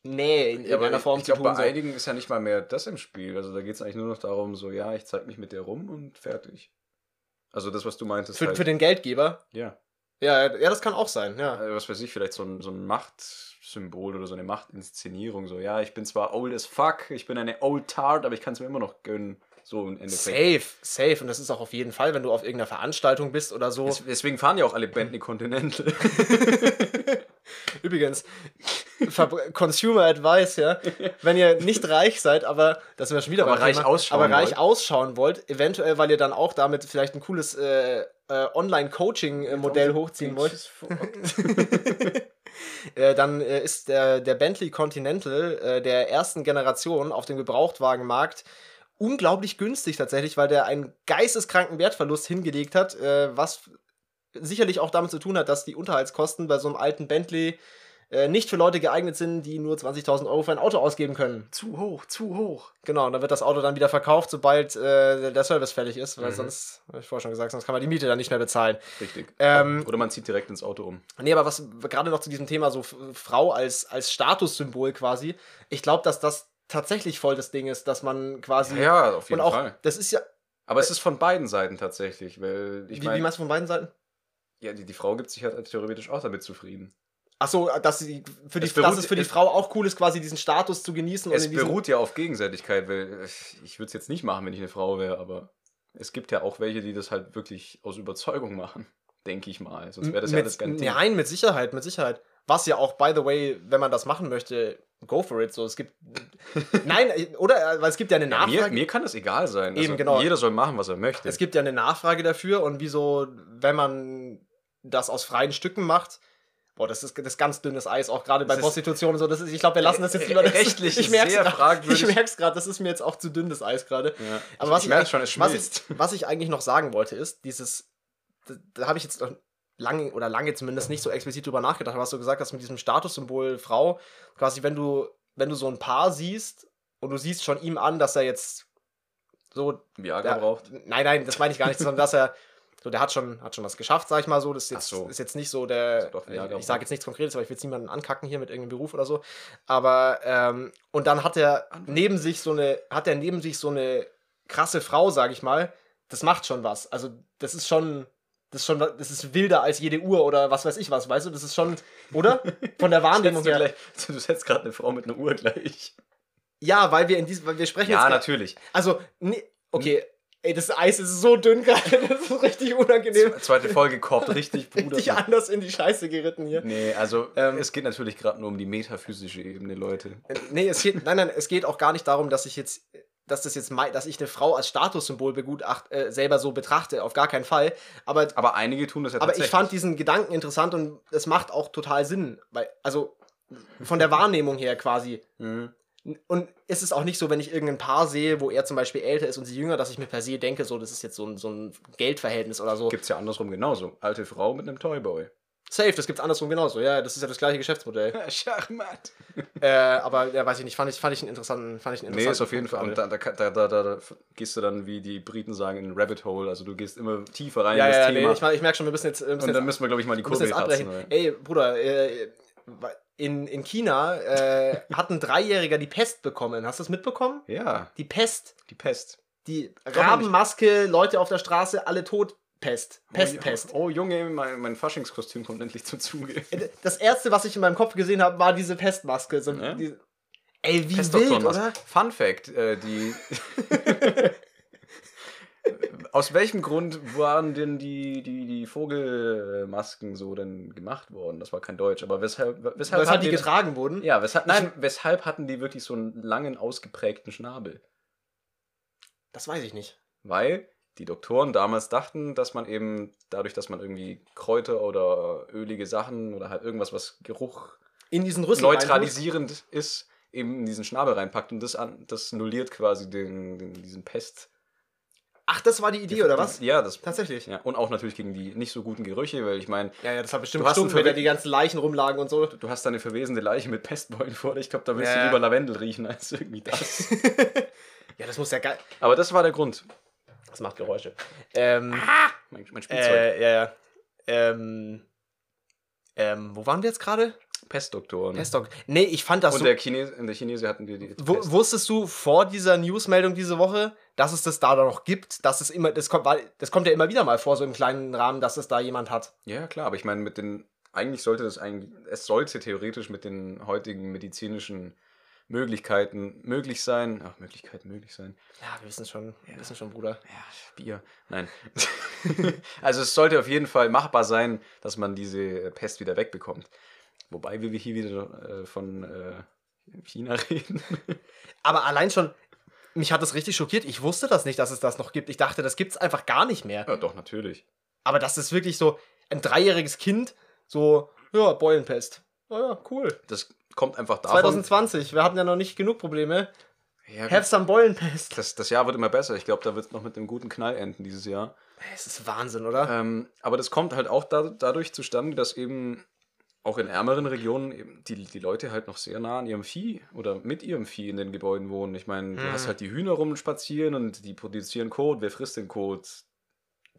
A: Nähe in
B: ja, aber
A: irgendeiner
B: ich,
A: Form
B: ich
A: zu
B: glaube,
A: tun.
B: bei
A: So.
B: einigen ist ja nicht mal mehr das im Spiel. Also da geht es eigentlich nur noch darum, so, ja, ich zeig mich mit der rum und fertig. Also das, was du meintest,
A: Für,
B: halt,
A: für den Geldgeber.
B: ja.
A: Ja, ja, ja, das kann auch sein, ja.
B: Also, was weiß ich, vielleicht so ein, so ein Machtsymbol oder so eine Machtinszenierung. So, ja, ich bin zwar old as fuck, ich bin eine old tart, aber ich kann es mir immer noch gönnen. So im Endeffekt.
A: Safe, safe. Und das ist auch auf jeden Fall, wenn du auf irgendeiner Veranstaltung bist oder so.
B: Des- Deswegen fahren ja auch alle Bentley Continental.
A: Übrigens, Ver Consumer Advice, ja. Wenn ihr nicht reich seid, aber das sind wir schon wieder
B: Aber
A: beim
B: reich
A: Thema,
B: ausschauen
A: aber reich
B: wollt.
A: ausschauen wollt, eventuell, weil ihr dann auch damit vielleicht ein cooles äh, äh,
B: <laughs>
A: Online-Coaching-Modell hochziehen wollt, äh, dann äh, ist der, der Bentley Continental äh, der ersten Generation auf dem Gebrauchtwagenmarkt unglaublich günstig tatsächlich, weil der einen geisteskranken Wertverlust hingelegt hat, äh, was sicherlich auch damit zu tun hat, dass die Unterhaltskosten bei so einem alten Bentley äh, nicht für Leute geeignet sind, die nur 20.000 Euro für ein Auto ausgeben können.
B: zu hoch, zu hoch.
A: Genau, und dann wird das Auto dann wieder verkauft, sobald äh, der Service fällig ist, weil
B: Mhm.
A: sonst, hab ich vorher schon gesagt, sonst kann man die Miete dann nicht mehr bezahlen.
B: Richtig.
A: Ähm,
B: Oder man zieht direkt ins Auto um.
A: Nee, aber was gerade noch zu diesem Thema, so F- Frau als, als Statussymbol quasi, ich glaube, dass das tatsächlich voll das Ding ist, dass man quasi.
B: Ja, auf
A: Also, und auch, das ist ja.
B: Aber es ist von beiden Seiten tatsächlich, weil ich
A: wie, wie
B: meine,
A: meinst du von beiden Seiten?
B: ja, die, die Frau gibt sich halt theoretisch auch damit zufrieden.
A: Achso, dass, sie, für die,
B: Es beruht-
A: dass es für die
B: es-
A: Frau auch cool ist, quasi diesen Status zu genießen. und
B: Es
A: in diesem-
B: beruht ja auf Gegenseitigkeit, weil äh, ich würde es jetzt nicht machen, wenn ich eine Frau wäre, aber es gibt ja auch welche, die das halt wirklich aus Überzeugung machen, denke ich mal. Sonst wäre das ja
A: mit,
B: alles ganz
A: Nein, mit Sicherheit, mit Sicherheit. Was ja auch, by the way, wenn man das machen möchte, go for it. So, es
B: <laughs>
A: gibt. nein, oder? Weil es gibt ja eine Nachfrage.
B: mir, mir kann das egal sein. Also,
A: Eben, genau.
B: Jeder soll machen, was er möchte.
A: Es gibt ja eine Nachfrage dafür und wieso, wenn man das aus freien Stücken macht, boah, das ist, das ist ganz dünnes Eis, auch gerade bei
B: ist-
A: Prostitution und so. Das ist, ich glaube, wir lassen das jetzt
B: Äh,
A: lieber. Das,
B: rechtlich
A: <laughs> ich merk's
B: sehr
A: grad-
B: fragwürdig.
A: Ich merke es gerade, das ist mir jetzt auch zu dünnes Eis gerade.
B: ja.
A: Aber was ich,
B: merk
A: eigentlich-
B: schon, es
A: was,
B: schmilzt.
A: ich, was ich eigentlich noch sagen wollte, ist, dieses, da, da habe ich jetzt noch lange oder lange zumindest nicht so explizit drüber nachgedacht, aber was du gesagt hast mit diesem Statussymbol Frau, quasi wenn du, wenn du so ein Paar siehst und du siehst schon ihm an, dass er jetzt so
B: Viagra
A: ja,
B: braucht.
A: Nein, nein, das meine ich gar nicht, sondern dass er, so, der hat schon, hat schon was geschafft, sag ich mal so. Das ist jetzt,
B: Ach so.
A: ist jetzt nicht so der,
B: Also doch, ja,
A: ich,
B: doch.
A: ich sage jetzt nichts Konkretes, aber ich will jetzt niemanden ankacken hier mit irgendeinem Beruf oder so. Aber, ähm, und dann hat er neben sich so eine, hat er neben sich so eine krasse Frau, sag ich mal. Das macht schon was. Also, das ist schon, das ist schon, das ist wilder als jede Uhr oder was weiß ich was, weißt du? Das ist schon, oder? Von
B: <laughs>
A: der Wahrnehmung
B: Setzt du,
A: her.
B: gleich,
A: <laughs>
B: du setzt gerade eine Frau mit einer Uhr gleich.
A: Ja, weil wir in diesem, weil wir sprechen
B: Ja,
A: jetzt. gra-
B: natürlich.
A: Also, nee, okay. Ey, das Eis ist so dünn gerade, <laughs> das ist richtig unangenehm.
B: Z- Zweite Folge korbt richtig, Bruder.
A: richtig anders in die Scheiße geritten hier.
B: Nee, also
A: Ähm,
B: es geht natürlich gerade nur um die metaphysische Ebene, Leute.
A: Äh, Nee, es geht, nein, nein, es geht auch gar nicht darum, dass ich jetzt, dass das jetzt, mei- dass ich eine Frau als Statussymbol begutacht, äh, selber so betrachte, auf gar keinen Fall. Aber,
B: Aber einige tun das ja
A: aber ich
B: tatsächlich.
A: fand diesen Gedanken interessant und es macht auch total Sinn, weil, also von der Wahrnehmung her quasi.
B: Mhm.
A: Und ist es auch nicht so, wenn ich irgendein Paar sehe, wo er zum Beispiel älter ist und sie jünger, dass ich mir per se denke, so, das ist jetzt so ein, so ein Geldverhältnis oder so.
B: Gibt's ja andersrum genauso. Alte Frau mit einem Toyboy.
A: Safe, das gibt's andersrum genauso. Ja, das ist ja das gleiche
B: <laughs>
A: Geschäftsmodell.
B: Schachmatt.
A: äh, aber ja, weiß ich nicht, fand ich, fand ich einen interessanten, fand ich einen
B: Nee,
A: interessanten
B: ist auf jeden
A: Punkt
B: Fall. Und
A: gerade.
B: da, da, da, da, da, da gehst du dann, wie die Briten sagen, in ein Rabbit Hole. Also du gehst immer tiefer rein
A: Ja,
B: in das
A: ja, nee,
B: Thema.
A: ich, mein, ich merke schon, wir müssen jetzt, wir müssen
B: und
A: jetzt,
B: dann müssen wir, glaube ich, mal die
A: wir müssen
B: Kurve
A: jetzt
B: kratzen.
A: abbrechen. Ey, Bruder, äh, in, in China äh, hat ein Dreijähriger die Pest bekommen. Hast du das mitbekommen?
B: oder? Ja,
A: Die Pest,
B: die Pest.
A: die
B: doch nicht.
A: Rabenmaske, Leute auf der Straße, alle tot. Pest, Pest,
B: oh,
A: Pest. Äh,
B: Oh Junge, mein, mein Faschingskostüm kommt endlich zum Zuge.
A: Das erste, was ich in meinem Kopf gesehen habe, war diese Pestmaske. So,
B: Ja.
A: diese- ey, wie wild,
B: Pestdoktorenmaske.
A: oder?
B: Fun Fact, äh, die...
A: <laughs>
B: Aus welchem Grund waren denn die, die, die Vogelmasken so denn gemacht worden? Das war kein Deutsch, aber weshalb, weshalb,
A: Weshalb
B: hatten
A: die getragen wurden?
B: Ja, weshalb, nein, weshalb hatten die wirklich so einen langen, ausgeprägten Schnabel?
A: Das weiß ich nicht.
B: Weil die Doktoren damals dachten, dass man eben dadurch, dass man irgendwie Kräuter oder ölige Sachen oder halt irgendwas, was Geruch
A: In diesen Rüssel. reintut.
B: neutralisierend ist, eben in diesen Schnabel reinpackt und das, an, das nulliert quasi den, den, diesen Pest.
A: Ach, das war die Idee, oder was?
B: Ja, das.
A: Tatsächlich.
B: Ja, und auch natürlich gegen die nicht so guten Gerüche, weil ich meine,
A: Ja, ja, das hat bestimmt
B: Du hast einen
A: gestunken, wenn da
B: verrück-
A: die ganzen Leichen rumlagen und so.
B: du hast da eine verwesende Leiche mit Pestbeulen vor dir. Ich glaube, da willst
A: Ja.
B: du lieber Lavendel riechen als irgendwie das.
A: ja, das muss ja geil.
B: Aber das war der Grund.
A: Das macht Geräusche. Ähm,
B: Mein, mein Spielzeug.
A: äh, ja, ja. Ähm, ähm, wo waren wir jetzt gerade?
B: Pestdoktoren.
A: Pestdoc. Nee, ich fand das
B: und
A: so.
B: der Chines, in der Chinese hatten wir die. die
A: Wu-
B: Pest.
A: Wusstest du vor dieser Newsmeldung diese Woche, dass es das da noch gibt? Dass es immer, das kommt, weil- das kommt ja immer wieder mal vor, so im kleinen Rahmen, dass es da jemand hat.
B: Ja, klar, aber ich meine, mit den. Eigentlich sollte das eigentlich. Es sollte theoretisch mit den heutigen medizinischen Möglichkeiten möglich sein. Ach, Möglichkeiten möglich sein.
A: Ja, wir wissen schon, wir wissen schon, Bruder.
B: Ja, Bier. Nein. <laughs> also, es sollte auf jeden Fall machbar sein, dass man diese Pest wieder wegbekommt. Wobei wir hier wieder äh, von äh, China <laughs> reden.
A: Aber allein schon, mich hat das richtig schockiert. Ich wusste das nicht, dass es das noch gibt. Ich dachte, das gibt es einfach gar nicht mehr.
B: ja, doch, natürlich.
A: Aber das ist wirklich so ein dreijähriges Kind, so, ja, Beulenpest. Oh ja, cool.
B: Das kommt einfach davon.
A: 2020, wir hatten ja noch nicht genug Probleme.
B: Ja,
A: Have some Beulenpest.
B: das, das Jahr wird immer besser. Ich glaube, da wird es noch mit einem guten Knall enden dieses Jahr.
A: Es ist Wahnsinn, oder?
B: Ähm, aber das kommt halt auch da, dadurch zustande, dass eben auch in ärmeren Regionen eben die, die Leute halt noch sehr nah an ihrem Vieh oder mit ihrem Vieh in den Gebäuden wohnen. Ich meine, du
A: Hm.
B: hast halt die Hühner rumspazieren und die produzieren Kot. Wer frisst den Kot?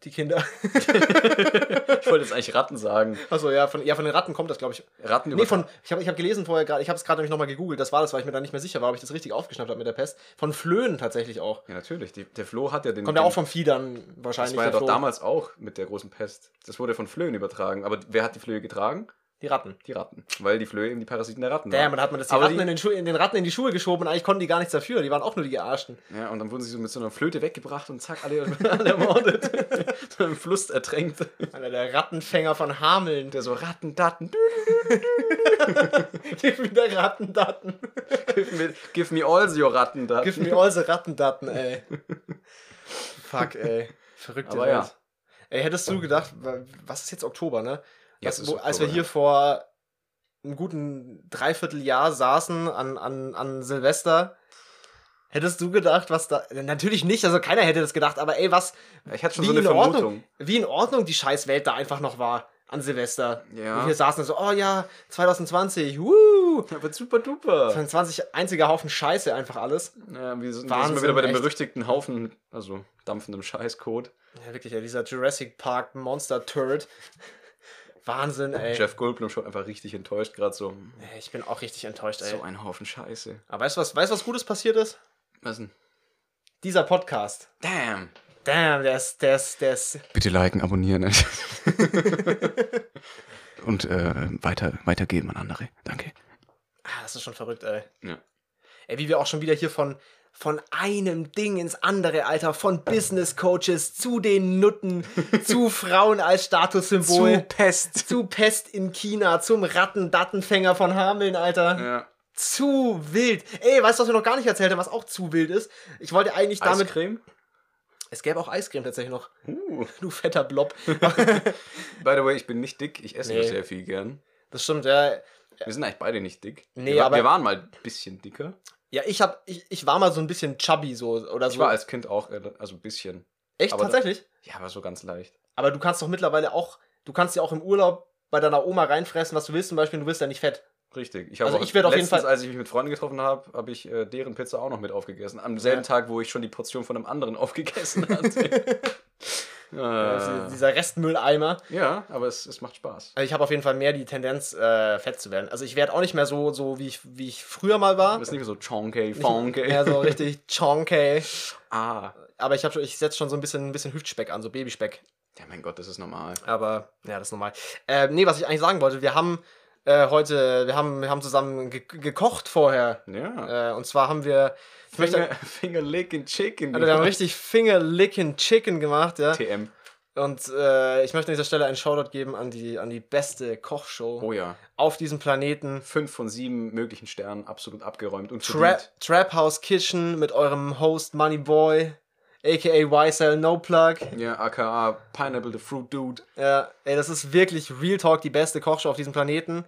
A: Die Kinder. <laughs>
B: Ich wollte jetzt eigentlich Ratten sagen.
A: Achso, Also, ja von, ja, von den Ratten kommt das, glaube ich.
B: Ratten
A: Nee, von, ich habe ich hab gelesen vorher gerade, ich habe es gerade nämlich nochmal gegoogelt, das war das, weil ich mir da nicht mehr sicher war, ob ich das richtig aufgeschnappt habe mit der Pest. Von Flöhen tatsächlich auch.
B: Ja, natürlich. Die, der Floh hat ja den.
A: Kommt ja
B: den
A: auch vom Vieh dann wahrscheinlich.
B: das war ja
A: der
B: doch
A: Floh.
B: damals auch mit der großen Pest. Das wurde von Flöhen übertragen. Aber wer hat die Flöhe getragen?
A: Die Ratten.
B: Die Ratten. Weil die Flöhe eben die Parasiten der Ratten
A: Damn, dann hat man das die
B: Aber
A: Ratten
B: die-
A: in, den Schu- in den Ratten in die Schuhe geschoben und eigentlich konnten die gar nichts dafür. Die waren auch nur die
B: <laughs>
A: Gearschten.
B: Ja, und dann wurden sie so mit so einer Flöte weggebracht und zack, alle, <laughs> alle ermordet. so im Fluss ertränkt.
A: Alter, der Rattenfänger von Hameln.
B: Der so Ratten, Datten,
A: Gib mir der Rattendaten.
B: give me, give me all your Ratten, Datten.
A: Gib mir all the Rattendaten, ey. Fuck, ey. Verrückte
B: Aber
A: Welt.
B: ja. Ähm.
A: Ey, hättest du gedacht, wa- was ist jetzt Oktober, ne?
B: Jetzt
A: Was,
B: ist
A: wo, als
B: Oktober,
A: wir hier vor einem guten Dreivierteljahr saßen an, an, an Silvester, hättest du gedacht, was da. Natürlich nicht, also keiner hätte das gedacht, aber ey, was,
B: ja. Ich hatte schon
A: wie,
B: so eine
A: in Ordnung,
B: Vermutung.
A: wie in Ordnung die Scheißwelt da einfach noch war an Silvester.
B: Ja.
A: Und wir saßen so, oh ja, 2020, wuh,
B: <laughs> Aber super duper.
A: 2020, einziger Haufen Scheiße, einfach alles.
B: Ja, wir sind, da sind
A: Wahnsinn,
B: wir wieder bei dem
A: echt.
B: berüchtigten Haufen, also dampfendem Scheißcode.
A: Ja, wirklich, ja, dieser Jurassic Park Monster Turd. <laughs> Wahnsinn, ey.
B: Jeff Goldblum schon einfach richtig enttäuscht, gerade so.
A: Ey, Ich bin auch richtig enttäuscht, ey.
B: So ein Haufen Scheiße.
A: Aber weißt du, was, weißt, du, was Gutes passiert ist?
B: Was denn?
A: Dieser Podcast.
B: Damn.
A: Damn, der ist, der ist, der ist.
B: Bitte liken, <laughs> abonnieren. und äh, weiter, weitergeben an andere. Danke.
A: Ah, das ist schon verrückt, ey.
B: Ja.
A: Ey, wie wir auch schon wieder hier von, von einem Ding ins andere, Alter, von Business Coaches zu den
B: <laughs>
A: Nutten, zu Frauen als Statussymbol,
B: Pest.
A: zu, Pest in China, zum Rattendattenfänger von Hameln, Alter.
B: Ja.
A: Zu wild. Ey, weißt du, was wir noch gar nicht erzählt haben, was auch zu wild ist? Ich wollte eigentlich damit.
B: Eiscreme?
A: Es gäbe auch Eiscreme tatsächlich noch. <laughs>
B: Uh.
A: Du fetter
B: <laughs>
A: Blob.
B: By the way, ich bin nicht dick, ich esse
A: Nee.
B: nur sehr viel gern.
A: Das stimmt, ja.
B: Wir sind eigentlich beide nicht dick.
A: Nee,
B: wir, wa-
A: aber-
B: wir waren mal ein bisschen dicker.
A: Ja, ich hab, ich, ich war mal so ein bisschen chubby so oder so.
B: Ich war als Kind auch, äh, also ein bisschen.
A: Echt
B: aber-
A: tatsächlich?
B: Ja, aber so ganz leicht.
A: Aber du kannst doch mittlerweile auch, du kannst ja auch im Urlaub bei deiner Oma reinfressen, was du willst. Zum Beispiel, du bist ja nicht fett.
B: Richtig. Ich habe
A: Also
B: auch
A: ich werd auf jeden
B: letztens,
A: Fall-
B: als ich mich mit Freunden getroffen habe, habe ich äh, deren Pizza auch noch mit aufgegessen. Am selben
A: Ja.
B: Tag, wo ich schon die Portion von einem anderen <laughs> aufgegessen hatte.
A: <laughs> Also
B: äh,
A: dieser Restmülleimer.
B: ja, aber es, es macht Spaß.
A: Also ich habe auf jeden Fall mehr die Tendenz, äh, fett zu werden. Also ich werde auch nicht mehr so, so wie, ich, wie ich früher mal war.
B: Du bist nicht mehr so chonkey, fonkey.
A: Mehr
B: <laughs>
A: so richtig chonkey.
B: ah.
A: Aber ich, hab schon- ich setze schon so ein bisschen, ein bisschen Hüftspeck an, so Babyspeck.
B: Ja, mein Gott, das ist normal.
A: Aber ja, das ist normal. Äh, nee, was ich eigentlich sagen wollte, wir haben äh, heute, wir haben, wir haben zusammen ge gekocht vorher.
B: Ja.
A: Äh, und zwar haben wir, ich möchte,
B: Finger, <laughs> Finger licking chicken.
A: also wir haben richtig Fingerlicking Chicken gemacht, ja.
B: TM.
A: Und äh, ich möchte an dieser Stelle einen Shoutout geben an die, an die beste Kochshow
B: Oh ja.
A: auf diesem Planeten.
B: Fünf von sieben möglichen Sternen, absolut abgeräumt und
A: Tra
B: verdient.
A: Trap House Kitchen mit eurem Host Money Boy, aka YSL No Plug.
B: Ja, aka Pineapple the Fruit Dude.
A: Ja, ey, das ist wirklich Real Talk die beste Kochshow auf diesem Planeten.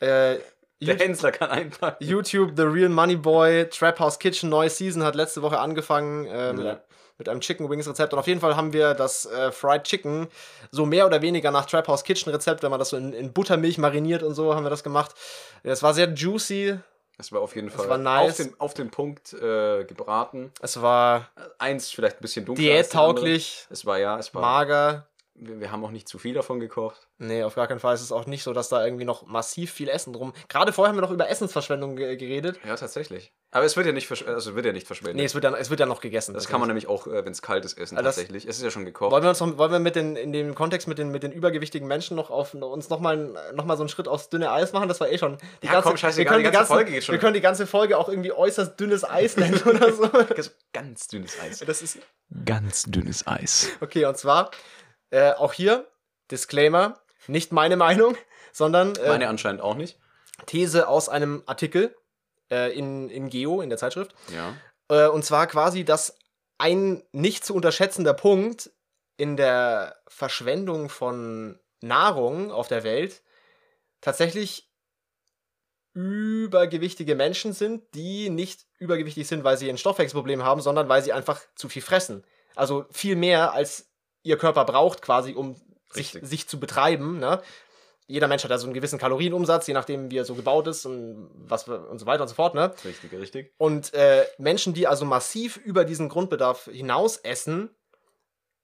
A: Äh,
B: Der
A: You-
B: Hänsler kann einpacken.
A: YouTube The Real Money Boy, Trap House Kitchen, neue Season hat letzte Woche angefangen äh, mit,
B: Ja.
A: mit einem Chicken Wings Rezept. Und auf jeden Fall haben wir das äh, Fried Chicken so mehr oder weniger nach Trap House Kitchen Rezept, wenn man das so in, in Buttermilch mariniert und so, haben wir das gemacht. Es war sehr juicy,
B: Das war auf jeden Fall
A: war nice.
B: auf, den, auf den Punkt äh, gebraten.
A: es war
B: Eins vielleicht ein bisschen dunkler. als die
A: diättauglich,
B: andere. Es war ja, es war.
A: mager.
B: Wir, wir haben auch nicht zu viel davon gekocht.
A: Nee, auf gar keinen Fall. Es ist auch nicht so, dass da irgendwie noch massiv viel Essen drum. Gerade vorher haben wir noch über Essensverschwendung ge geredet.
B: Ja, tatsächlich. Aber es wird ja nicht, versch also wird ja nicht verschwendet.
A: Nee, es wird ja, es wird ja noch gegessen.
B: das kann man nämlich auch, äh, wenn es kalt ist, essen.
A: Ah, das-
B: tatsächlich. Es ist ja schon gekocht.
A: Wollen wir uns noch, wollen wir mit den, in dem Kontext mit den, mit den übergewichtigen Menschen noch auf uns nochmal noch mal so einen Schritt aufs dünne Eis machen? Das war eh schon. Die
B: Ja, komm, scheißegal, die ganze Folge geht schon.
A: Wir können die ganze Folge auch irgendwie äußerst dünnes
B: <laughs>
A: Eis nennen oder so.
B: Ganz dünnes Eis.
A: Das ist.
B: Ganz dünnes Eis.
A: Okay, und zwar äh, auch hier, Disclaimer, nicht meine Meinung, sondern äh,
B: Meine anscheinend auch nicht.
A: These aus einem Artikel äh, in, in Geo, in der Zeitschrift.
B: Ja.
A: Äh, und zwar quasi, dass ein nicht zu unterschätzender Punkt in der Verschwendung von Nahrung auf der Welt tatsächlich übergewichtige Menschen sind, die nicht übergewichtig sind, weil sie ein Stoffwechselproblem haben, sondern weil sie einfach zu viel fressen. Also viel mehr, als ihr Körper braucht, quasi, um sich,
B: Richtig.
A: sich zu betreiben. Ne? Jeder Mensch hat also einen gewissen Kalorienumsatz, je nachdem, wie er so gebaut ist und, was, wir- und so weiter und so fort. Ne?
B: Richtig, richtig.
A: Und äh, Menschen, die also massiv über diesen Grundbedarf hinaus essen,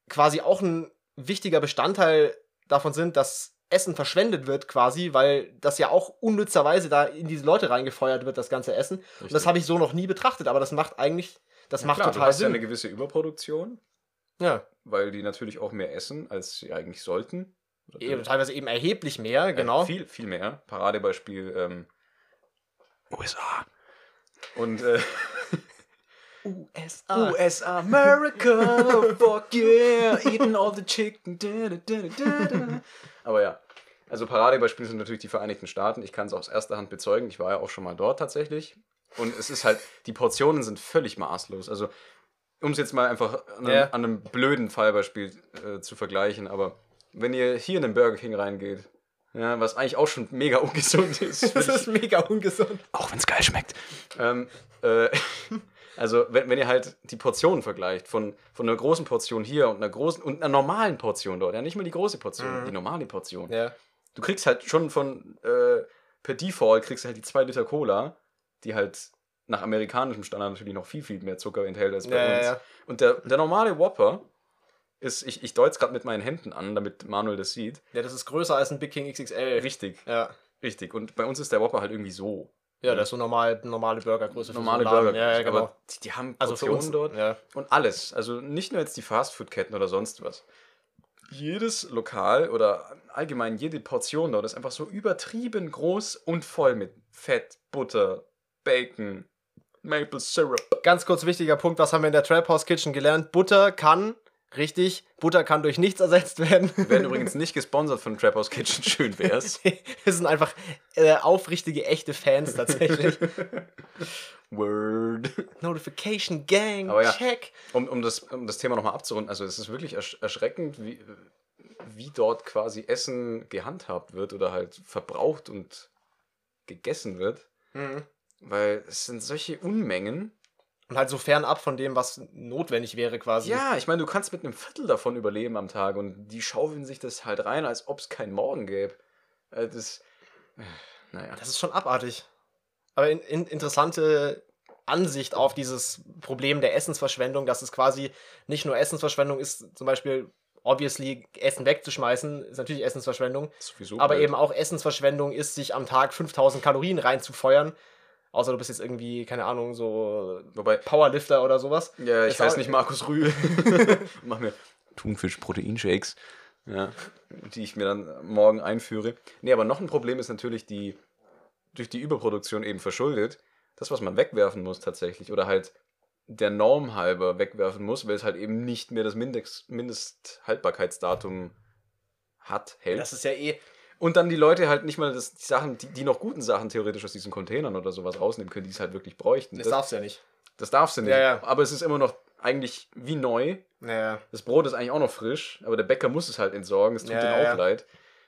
A: quasi auch ein wichtiger Bestandteil davon sind, dass Essen verschwendet wird quasi, weil das ja auch unnützerweise da in diese Leute reingefeuert wird, das ganze Essen. Und das habe ich so noch nie betrachtet, aber das macht eigentlich, das macht
B: Klar, du
A: total
B: hast ja eine
A: Sinn.
B: gewisse Überproduktion,
A: Ja,
B: weil die natürlich auch mehr essen, als sie eigentlich sollten.
A: eben, teilweise eben erheblich mehr,
B: Äh,
A: genau.
B: Viel, viel mehr. Paradebeispiel ähm, USA. Und äh,
A: USA.
B: USA, America, oh, fuck yeah, eating all the chicken. Da, da, da, da, da. Aber ja, also Paradebeispiele sind natürlich die Vereinigten Staaten. Ich kann es aus erster Hand bezeugen. Ich war ja auch schon mal dort tatsächlich. Und es ist halt, die Portionen sind völlig maßlos. Also, um es jetzt mal einfach an einem,
A: Ja.
B: an einem blöden Fallbeispiel äh, zu vergleichen, aber wenn ihr hier in den Burger King reingeht, ja, was eigentlich auch schon mega ungesund
A: <laughs>
B: ist,
A: Das ist mega ungesund.
B: auch wenn es geil schmeckt. Ähm, äh, <laughs> also, wenn, wenn ihr halt die Portionen vergleicht, von, von einer großen Portion hier und einer großen und einer normalen Portion dort, ja, nicht mal die große Portion, die normale Portion.
A: Mhm. Ja.
B: Du kriegst halt schon von, äh, per Default kriegst du halt die 2 Liter Cola, die halt nach amerikanischem Standard natürlich noch viel, viel mehr Zucker enthält als bei
A: Ja, ja,
B: uns.
A: ja.
B: Und der, der normale Whopper ist, ich, ich deut's gerade mit meinen Händen an, damit Manuel das sieht.
A: ja, das ist größer als ein Big King XXL.
B: Richtig,
A: Ja.
B: richtig. Und bei uns ist der Whopper halt irgendwie so.
A: ja, das ist so normal, normale Burgergröße. für so
B: normale
A: einen Laden.
B: Burger.
A: Ja, ja, genau.
B: Aber die, die haben
A: Also für
B: Portionen
A: uns,
B: dort
A: ja.
B: und alles. Also nicht nur jetzt die Fastfood-Ketten oder sonst was. Jedes Lokal oder allgemein jede Portion dort ist einfach so übertrieben groß und voll mit Fett, Butter, Bacon, Maple Syrup.
A: Ganz kurz wichtiger Punkt, was haben wir in der Trap House Kitchen gelernt? Butter kann, richtig, Butter kann durch nichts ersetzt
B: <laughs>
A: werden. <laughs>
B: Wir werden übrigens nicht gesponsert von Trap House Kitchen, schön wär's.
A: Es sind einfach äh, aufrichtige, echte Fans
B: <laughs>
A: tatsächlich.
B: Word.
A: Notification Gang,
B: Aber ja.
A: check.
B: Um, um, das, um das Thema nochmal abzurunden, also es ist wirklich ersch erschreckend, wie, wie dort quasi Essen gehandhabt wird oder halt verbraucht und gegessen wird, Mhm. weil es sind solche Unmengen.
A: Und halt so fernab von dem, was notwendig wäre quasi.
B: Ja, ich meine, du kannst mit einem Viertel davon überleben am Tag und die schaufeln sich das halt rein, als ob es keinen Morgen gäbe. Äh, das, äh, naja.
A: Das ist schon abartig. Aber in, in, interessante Ansicht auf dieses Problem der Essensverschwendung, dass es quasi nicht nur Essensverschwendung ist, zum Beispiel, obviously, Essen wegzuschmeißen, ist natürlich Essensverschwendung,
B: sowieso
A: aber
B: blöd.
A: eben auch Essensverschwendung ist, sich am Tag 5000 Kalorien reinzufeuern. Außer du bist jetzt irgendwie, keine Ahnung, so
B: Wobei,
A: Powerlifter oder sowas.
B: ja, ich
A: Ist
B: heiße
A: auch-
B: nicht
A: <laughs>
B: Markus Rühl. Mach mir Thunfisch-Proteinshakes, ja, die ich mir dann morgen einführe. Nee, aber noch ein Problem ist natürlich die, durch die Überproduktion eben verschuldet, das, was man wegwerfen muss tatsächlich oder halt der Norm halber wegwerfen muss, weil es halt eben nicht mehr das Mindex, Mindesthaltbarkeitsdatum hat, hält.
A: Das ist ja eh.
B: Und dann die Leute halt nicht mal das, die Sachen, die, die noch guten Sachen theoretisch aus diesen Containern oder sowas rausnehmen können, die es halt wirklich bräuchten.
A: Das,
B: Das,
A: darfst du ja nicht.
B: das darfst du nicht.
A: Ja, ja.
B: Aber es ist immer noch eigentlich wie neu.
A: Naja.
B: Das Brot ist eigentlich auch noch frisch, aber der Bäcker muss es halt entsorgen. Es tut
A: Ja,
B: ihm
A: ja,
B: auch
A: ja.
B: leid.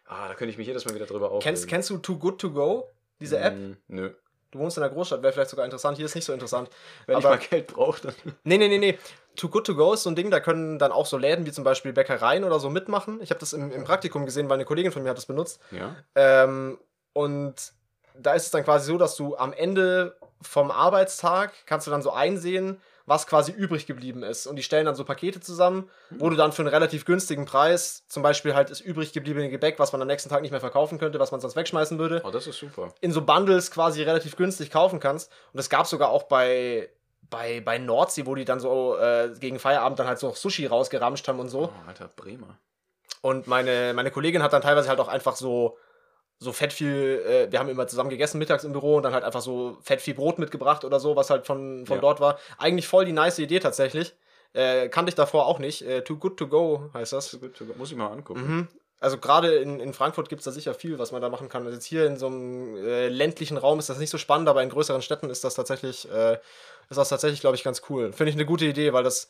B: Ah, da könnte ich mich jedes Mal wieder drüber aufregen.
A: Kennst, kennst du Too Good To Go? Diese App?
B: Mm, Nö.
A: Du wohnst in der Großstadt, wäre vielleicht sogar interessant. Hier ist nicht so interessant.
B: Wenn
A: Aber-
B: ich mal Geld brauche, dann.
A: Nee, nee, nee, nee. Too Good To Go ist so ein Ding, da können dann auch so Läden wie zum Beispiel Bäckereien oder so mitmachen. Ich habe das im, im Praktikum gesehen, weil eine Kollegin von mir hat das benutzt.
B: Ja.
A: Ähm, und da ist es dann quasi so, dass du am Ende vom Arbeitstag kannst du dann so einsehen, was quasi übrig geblieben ist. Und die stellen dann so Pakete zusammen, wo du dann für einen relativ günstigen Preis, zum Beispiel halt das übrig gebliebene Gebäck, was man am nächsten Tag nicht mehr verkaufen könnte, was man sonst wegschmeißen würde,
B: Oh, das ist super.
A: in so Bundles quasi relativ günstig kaufen kannst. Und das gab es sogar auch bei, bei, bei Nordsee, wo die dann so äh, gegen Feierabend dann halt so auch Sushi rausgeramscht haben und
B: Oh,
A: so.
B: alter Bremer.
A: Und meine, meine Kollegin hat dann teilweise halt auch einfach so, so fett viel, äh, wir haben immer zusammen gegessen mittags im Büro und dann halt einfach so fett viel Brot mitgebracht oder so, was halt von, von
B: Ja.
A: dort war. Eigentlich voll die nice Idee tatsächlich. Äh, kannte ich davor auch nicht. Äh, too good to go heißt das.
B: So gut, so gut. Muss ich mal angucken.
A: Mhm. Also gerade in, in Frankfurt gibt es da sicher viel, was man da machen kann. Also jetzt hier in so einem äh, ländlichen Raum ist das nicht so spannend, aber in größeren Städten ist das tatsächlich, äh, ist das tatsächlich, glaube ich, ganz cool. Finde ich eine gute Idee, weil das,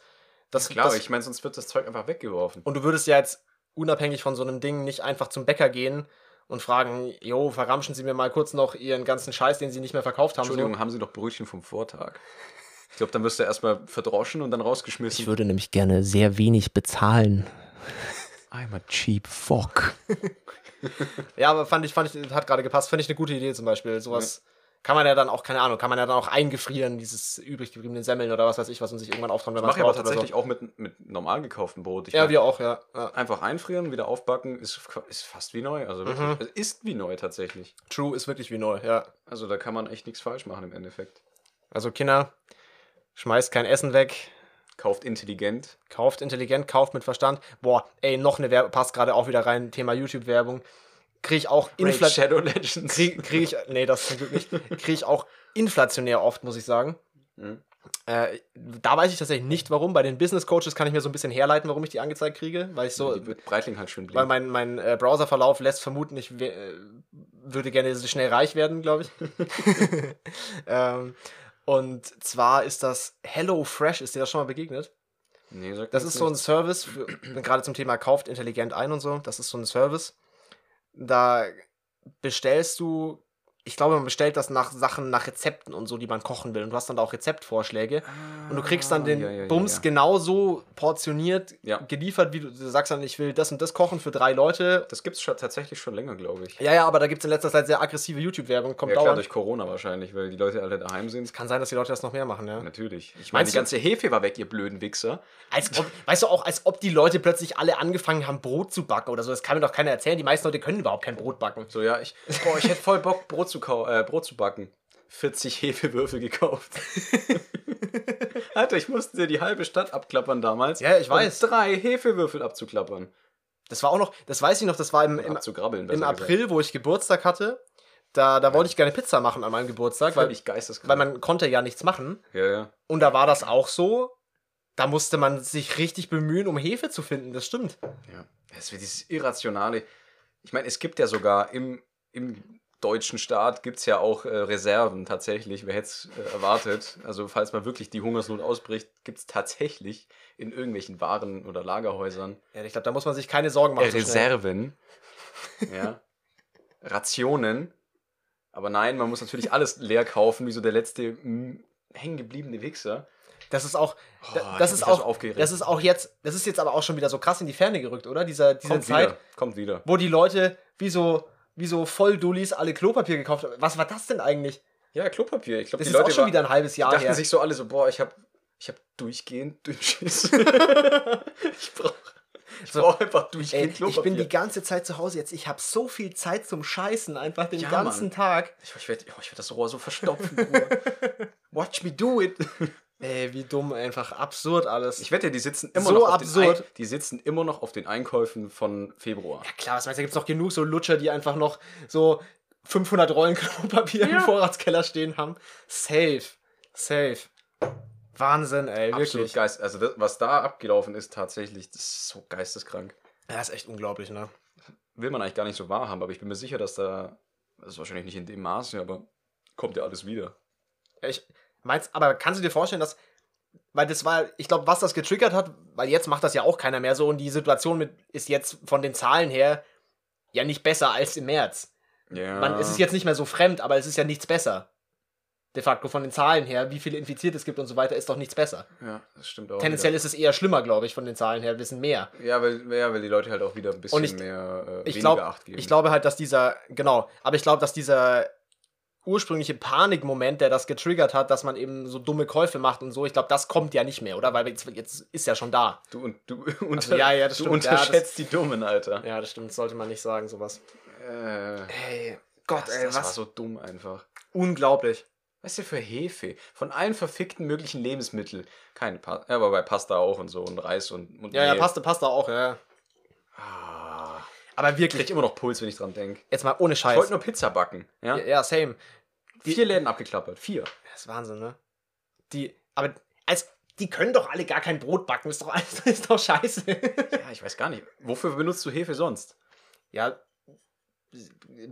A: das,
B: Klar,
A: das
B: aber ich meine, sonst wird das Zeug einfach weggeworfen.
A: und du würdest ja jetzt unabhängig von so einem Ding nicht einfach zum Bäcker gehen und fragen, jo, verramschen Sie mir mal kurz noch Ihren ganzen Scheiß, den Sie nicht mehr verkauft haben.
B: Entschuldigung, haben Sie noch Brötchen vom Vortag? Ich glaube, dann wirst du erstmal verdroschen und dann rausgeschmissen.
A: würde nämlich gerne sehr wenig bezahlen.
B: I'm a cheap fuck.
A: Ja, aber fand ich, fand ich, hat gerade gepasst. Fand ich eine gute Idee zum Beispiel. Sowas kann man ja dann auch, keine Ahnung, kann man ja dann auch eingefrieren, dieses übrig gebliebenen Semmeln oder was weiß ich, was man sich irgendwann auftragen, wenn
B: Das
A: man
B: mache
A: es
B: ich
A: braucht oder so.
B: aber tatsächlich auch mit, mit normal gekauftem Brot. Ich
A: Ja,
B: mein,
A: wir auch, ja. ja.
B: einfach einfrieren, wieder aufbacken, ist, ist fast wie neu. Also
A: Mhm.
B: wirklich, also ist wie neu tatsächlich.
A: True ist wirklich wie neu, ja.
B: Also da kann man echt nichts falsch machen im Endeffekt.
A: Also Kinder, schmeißt kein Essen weg,
B: Kauft intelligent.
A: Kauft intelligent, kauft mit Verstand. Boah, ey, noch eine Werbung, passt gerade auch wieder rein, Thema YouTube-Werbung. Kriege ich auch
B: Raid
A: inflationär.
B: Shadow Legends. <laughs>
A: Kriege krieg ich, nee, das zum Glück nicht. Kriege ich auch inflationär oft, muss ich sagen.
B: Mhm.
A: Äh, da weiß ich tatsächlich nicht, warum. Bei den Business Coaches kann ich mir so ein bisschen herleiten, warum ich die angezeigt kriege, weil ich so,
B: Die wird Breitling halt schön
A: weil
B: blieben.
A: mein, mein äh, Browserverlauf lässt vermuten, ich we- äh, würde gerne so schnell reich werden,
B: <laughs>
A: glaube ich. <laughs> ähm, und zwar ist das Hello Fresh, ist dir das schon mal begegnet?
B: Nee, sagt
A: Das
B: mir jetzt
A: ist so ein
B: nichts.
A: Service, für, gerade zum Thema kauft intelligent ein und so, das ist so ein Service. Da bestellst du, ich glaube, man bestellt das nach Sachen, nach Rezepten und so, die man kochen will. Und du hast dann da auch Rezeptvorschläge. Und du kriegst dann
B: Ah,
A: den
B: ja, ja, ja,
A: Bums
B: ja.
A: genauso portioniert,
B: Ja.
A: geliefert, wie du, du sagst dann, ich will das und das kochen für drei Leute.
B: Das gibt es tatsächlich schon länger, glaube ich.
A: Ja, ja, aber da gibt es in letzter Zeit sehr aggressive YouTube-Werbung, kommt
B: Ja, klar,
A: dauernd.
B: durch Corona wahrscheinlich, weil die Leute alle daheim sind.
A: Kann sein, dass die Leute das noch mehr machen, ja.
B: Natürlich. Ich meine,
A: Meinst
B: die
A: du-
B: ganze Hefe war weg, ihr blöden Wichser.
A: Als ob, weißt du auch, als ob die Leute plötzlich alle angefangen haben, Brot zu backen oder so. Das kann mir doch keiner erzählen. Die meisten Leute können überhaupt kein Brot backen.
B: So, ja, ich, boah, ich hätte voll Bock, Brot zu, kau äh, Brot zu backen. 40
A: <laughs>
B: Hefewürfel gekauft. Alter, ich musste dir die halbe Stadt abklappern damals.
A: Ja, ich
B: um
A: weiß.
B: drei Hefewürfel abzuklappern.
A: Das war auch noch, das weiß ich noch, das war im, im,
B: abzugrabbeln,
A: im
B: besser
A: April, wo ich Geburtstag hatte. Da, da wollte ich gerne Pizza machen an meinem Geburtstag,
B: Gesagt. Weil
A: weil,
B: ich geisteskrank.
A: weil man konnte ja nichts machen.
B: ja, ja.
A: Und da war das auch so. Da musste man sich richtig bemühen, um Hefe zu finden. Das stimmt.
B: Ja. Es wird dieses irrationale. Ich meine, es gibt ja sogar im, im deutschen Staat gibt es ja auch äh, Reserven tatsächlich. Wer hätte es äh, erwartet? Also, falls mal wirklich die Hungersnot ausbricht, gibt es tatsächlich in irgendwelchen Waren- oder Lagerhäusern
A: Ja, ich glaube, da muss man sich keine Sorgen machen.
B: äh,
A: so schnell.
B: Reserven. ja. <laughs> Rationen. Aber nein, man muss natürlich alles leer kaufen, wie so der letzte mh, hängengebliebene Wichser.
A: Das ist auch, da, das
B: Oh, ich hab
A: ist
B: mich
A: auch,
B: so aufgeregt.
A: das ist auch jetzt, das ist jetzt aber auch schon wieder so krass in die Ferne gerückt, oder? Dieser, diese
B: kommt
A: Zeit,
B: wieder. Kommt wieder.
A: wo die Leute wie so, wie so Volldullis alle Klopapier gekauft haben. Was war das denn eigentlich?
B: Ja, Klopapier. Ich glaube,
A: Das
B: die
A: ist
B: Leute
A: auch schon
B: wa-
A: wieder ein halbes Jahr
B: dachten
A: her.
B: sich so alle so, boah, ich habe ich hab durchgehend <laughs> Dünnschiss. ich brauche ich
A: So.
B: brauch einfach
A: Ey,
B: durchgehend
A: Äh, ich bin
B: Klopapier.
A: die ganze Zeit zu Hause jetzt. Ich habe so viel Zeit zum Scheißen, einfach den
B: Ja,
A: ganzen
B: Mann.
A: Tag.
B: Ich, ich werde ich werd das Rohr so verstopfen. <laughs> Bruder. Watch me do it.
A: Ey, wie dumm, einfach absurd alles.
B: Ich wette, die sitzen immer
A: So
B: noch auf
A: absurd.
B: den Ein die sitzen immer noch auf den Einkäufen von Februar.
A: Ja, klar, was meinst du, da gibt es noch genug so Lutscher, die einfach noch so 500 Rollen <laughs> Klopapier im Vorratskeller stehen haben. Safe. Safe. Wahnsinn, ey,
B: Absolut
A: wirklich.
B: geist. Also das, was da abgelaufen ist, tatsächlich, das ist so geisteskrank.
A: Ja, ist echt unglaublich, ne?
B: Will man eigentlich gar nicht so wahrhaben, aber ich bin mir sicher, dass da, das ist wahrscheinlich nicht in dem Maße, aber kommt ja alles wieder.
A: Ich meinst, aber kannst du dir vorstellen, dass, weil das war, ich glaube, was das getriggert hat, weil jetzt macht das ja auch keiner mehr so und die Situation mit, ist jetzt von den Zahlen her ja nicht besser als im März.
B: Ja.
A: Man, es ist jetzt nicht mehr so fremd, aber es ist ja nichts besser. De facto von den Zahlen her, wie viele Infizierte es gibt und so weiter, ist doch nichts besser.
B: Ja, das stimmt auch.
A: Tendenziell ist es eher schlimmer, glaube ich, von den Zahlen her, wissen mehr.
B: wieder. Ja weil, ja, weil die Leute halt auch wieder ein bisschen
A: Und ich-
B: mehr äh,
A: ich
B: weniger
A: glaub-
B: Acht geben.
A: Ich glaube halt, dass dieser, genau, aber ich glaube, dass dieser ursprüngliche Panikmoment, der das getriggert hat, dass man eben so dumme Käufe macht und so, ich glaube, das kommt ja nicht mehr, oder? Weil jetzt, jetzt ist ja schon da.
B: du, und, du, <laughs> unter,
A: Also, ja, ja, das
B: du
A: stimmt, ja,
B: unterschätzt die Dummen, Alter.
A: Ja, das stimmt, sollte man nicht sagen, sowas.
B: Äh,
A: Ey, Gott,
B: das,
A: ey,
B: das
A: was?
B: war so dumm einfach.
A: unglaublich.
B: Weißt du, für Hefe. Von allen verfickten möglichen Lebensmitteln. Keine Pasta. Ja, aber bei Pasta auch und so und Reis und, und
A: Ja, ja,
B: Mehl.
A: passte, passte auch, ja, ja.
B: Ah,
A: Aber
B: ich krieg
A: wirklich,
B: immer noch Puls, wenn ich dran denke.
A: jetzt mal ohne
B: Ich
A: Scheiß.
B: wollte nur Pizza backen. Ja?
A: Ja, ja, same.
B: Vier Läden abgeklappert. Vier.
A: Das ist Wahnsinn, ne? Die, aber, als, die können doch alle gar kein Brot backen, ist doch alles, <laughs> ist doch scheiße.
B: Ja, ich weiß gar nicht. Wofür benutzt du Hefe sonst?
A: ja,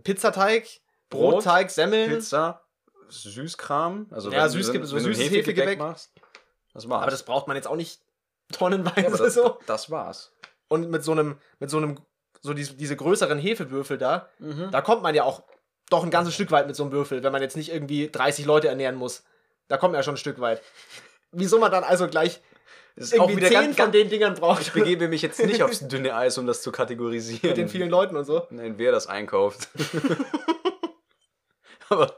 A: Pizzateig,
B: Brot,
A: Brotteig, Semmeln.
B: Pizza, Süßkram. Also
A: Ja,
B: wenn,
A: Süßge-
B: wenn,
A: so
B: wenn du ein
A: süßes
B: Hefegebäck
A: Hefegebäck.
B: machst. Das war's.
A: Aber das braucht man jetzt auch nicht <laughs> tonnenweise <laughs>
B: ja, aber das,
A: so.
B: das war's.
A: Und mit so einem, mit so einem, so diese, diese größeren Hefewürfel da,
B: Mhm.
A: da kommt man ja auch doch ein ganzes Stück weit mit so einem Würfel, wenn man jetzt nicht irgendwie 30 Leute ernähren muss. Da kommt man ja schon ein Stück weit. Wieso man dann also gleich
B: Das ist auch
A: irgendwie
B: wieder
A: 10
B: ganz,
A: von
B: ganz,
A: den Dingern braucht
B: ich begebe mich jetzt nicht aufs dünne Eis, um das zu kategorisieren.
A: <laughs> mit den vielen Leuten und so?
B: Nein, wer
A: <laughs>
B: das einkauft. <laughs> Aber.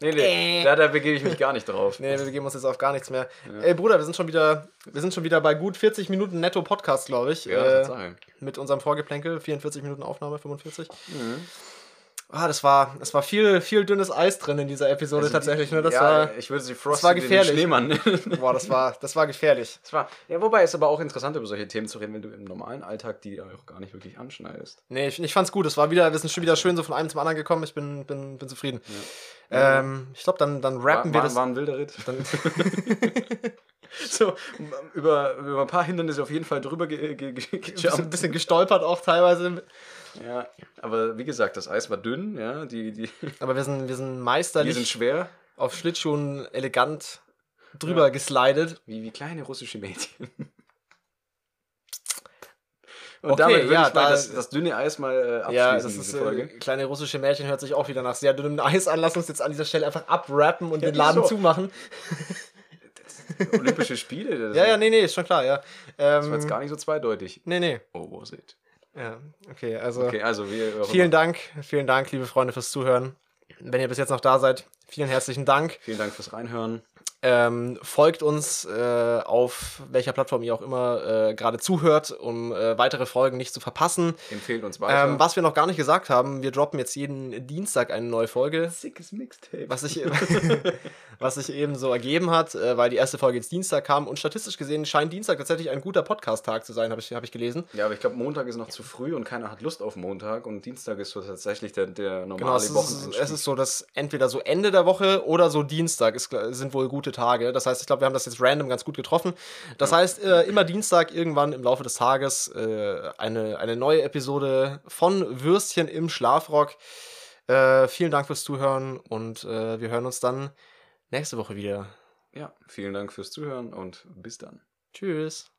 B: Nee, nee,
A: Äh.
B: da, da begebe ich mich gar nicht drauf.
A: Nee, wir geben uns jetzt auf gar nichts mehr. Ey Bruder, wir sind schon wieder, wir sind schon wieder bei gut 40 Minuten netto Podcast, glaube ich.
B: Ja,
A: äh,
B: Tatsache.
A: mit unserem Vorgeplänkel, 44 Minuten Aufnahme, 45.
B: Mhm.
A: Ah, das war, das war viel, viel dünnes Eis drin in dieser Episode
B: Also die-
A: tatsächlich. Ne? Das
B: ja,
A: war,
B: ich würde sie Frosty
A: war
B: den
A: gefährlich.
B: Schneemann
A: <laughs>
B: nennen.
A: boah, das war, das war gefährlich.
B: Das war, ja, wobei es aber auch interessant über solche Themen zu reden, wenn du im normalen Alltag die auch gar nicht wirklich anschneidest.
A: Nee, ich, ich fand's gut. Es war wieder, wir sind schon wieder schön so von einem zum anderen gekommen. Ich bin, bin, bin zufrieden.
B: Ja.
A: Ähm, ich glaube, dann, dann
B: War,
A: rappen wir
B: war,
A: das. <laughs>
B: war ein wilder Ritt.
A: Dann,
B: <laughs> So, m- über, über ein paar Hindernisse auf jeden Fall drüber ge ge ge
A: ein
B: gejumpt.
A: bisschen gestolpert auch teilweise.
B: Ja, aber wie gesagt, das Eis war dünn, ja, die, die,
A: Aber wir sind, wir sind
B: die
A: meisterlich
B: sind schwer,
A: auf Schlittschuhen elegant drüber geslidet.
B: wie, wie kleine russische Mädchen. Und
A: Okay,
B: damit würde
A: ja,
B: ich mal
A: da-
B: das, das dünne Eis mal äh, abschließen,
A: Ja, das ist
B: diese
A: äh,
B: Folge.
A: kleine russische Märchen hört sich auch wieder nach sehr dünnem Eis an. Lass uns jetzt an dieser Stelle einfach abrappen und
B: Ja,
A: den Laden
B: wieso?
A: zumachen.
B: Olympische Spiele, das,
A: äh, <laughs> Ja, ja, nee, nee, ist schon klar, ja.
B: das war jetzt
A: Ähm,
B: gar nicht so zweideutig.
A: nee, nee.
B: Oh, was it?
A: Ja, okay, also
B: Okay, also wir...
A: vielen Dank, vielen Dank, liebe Freunde, fürs Zuhören. Wenn ihr bis jetzt noch da seid, vielen herzlichen Dank.
B: Vielen Dank fürs Reinhören.
A: Ähm, folgt uns äh, auf welcher Plattform ihr auch immer äh, gerade zuhört, um äh, weitere Folgen nicht zu verpassen.
B: Empfehlt uns weiter.
A: Ähm, was wir noch gar nicht gesagt haben, wir droppen jetzt jeden Dienstag eine neue Folge.
B: Sickes Mixtape.
A: Was sich, <laughs> was sich eben so ergeben hat, äh, weil die erste Folge jetzt Dienstag kam und statistisch gesehen scheint Dienstag tatsächlich ein guter Podcast-Tag zu sein, habe ich, hab ich gelesen.
B: Ja, aber ich glaube, Montag ist noch zu früh und keiner hat Lust auf Montag. Und Dienstag ist so tatsächlich der, der
A: Genau,
B: normale
A: es ist,
B: Wochenendstart.
A: es ist so, dass entweder so Ende der Woche oder so Dienstag ist, gl- sind wohl gute Tage. Das heißt, ich glaube, wir haben das jetzt random ganz gut getroffen. Das heißt, äh, immer Dienstag irgendwann im Laufe des Tages äh, eine, eine neue Episode von Würstchen im Schlafrock. Äh, vielen Dank fürs Zuhören und äh, wir hören uns dann nächste Woche wieder.
B: Ja, vielen Dank fürs Zuhören und bis dann.
A: Tschüss.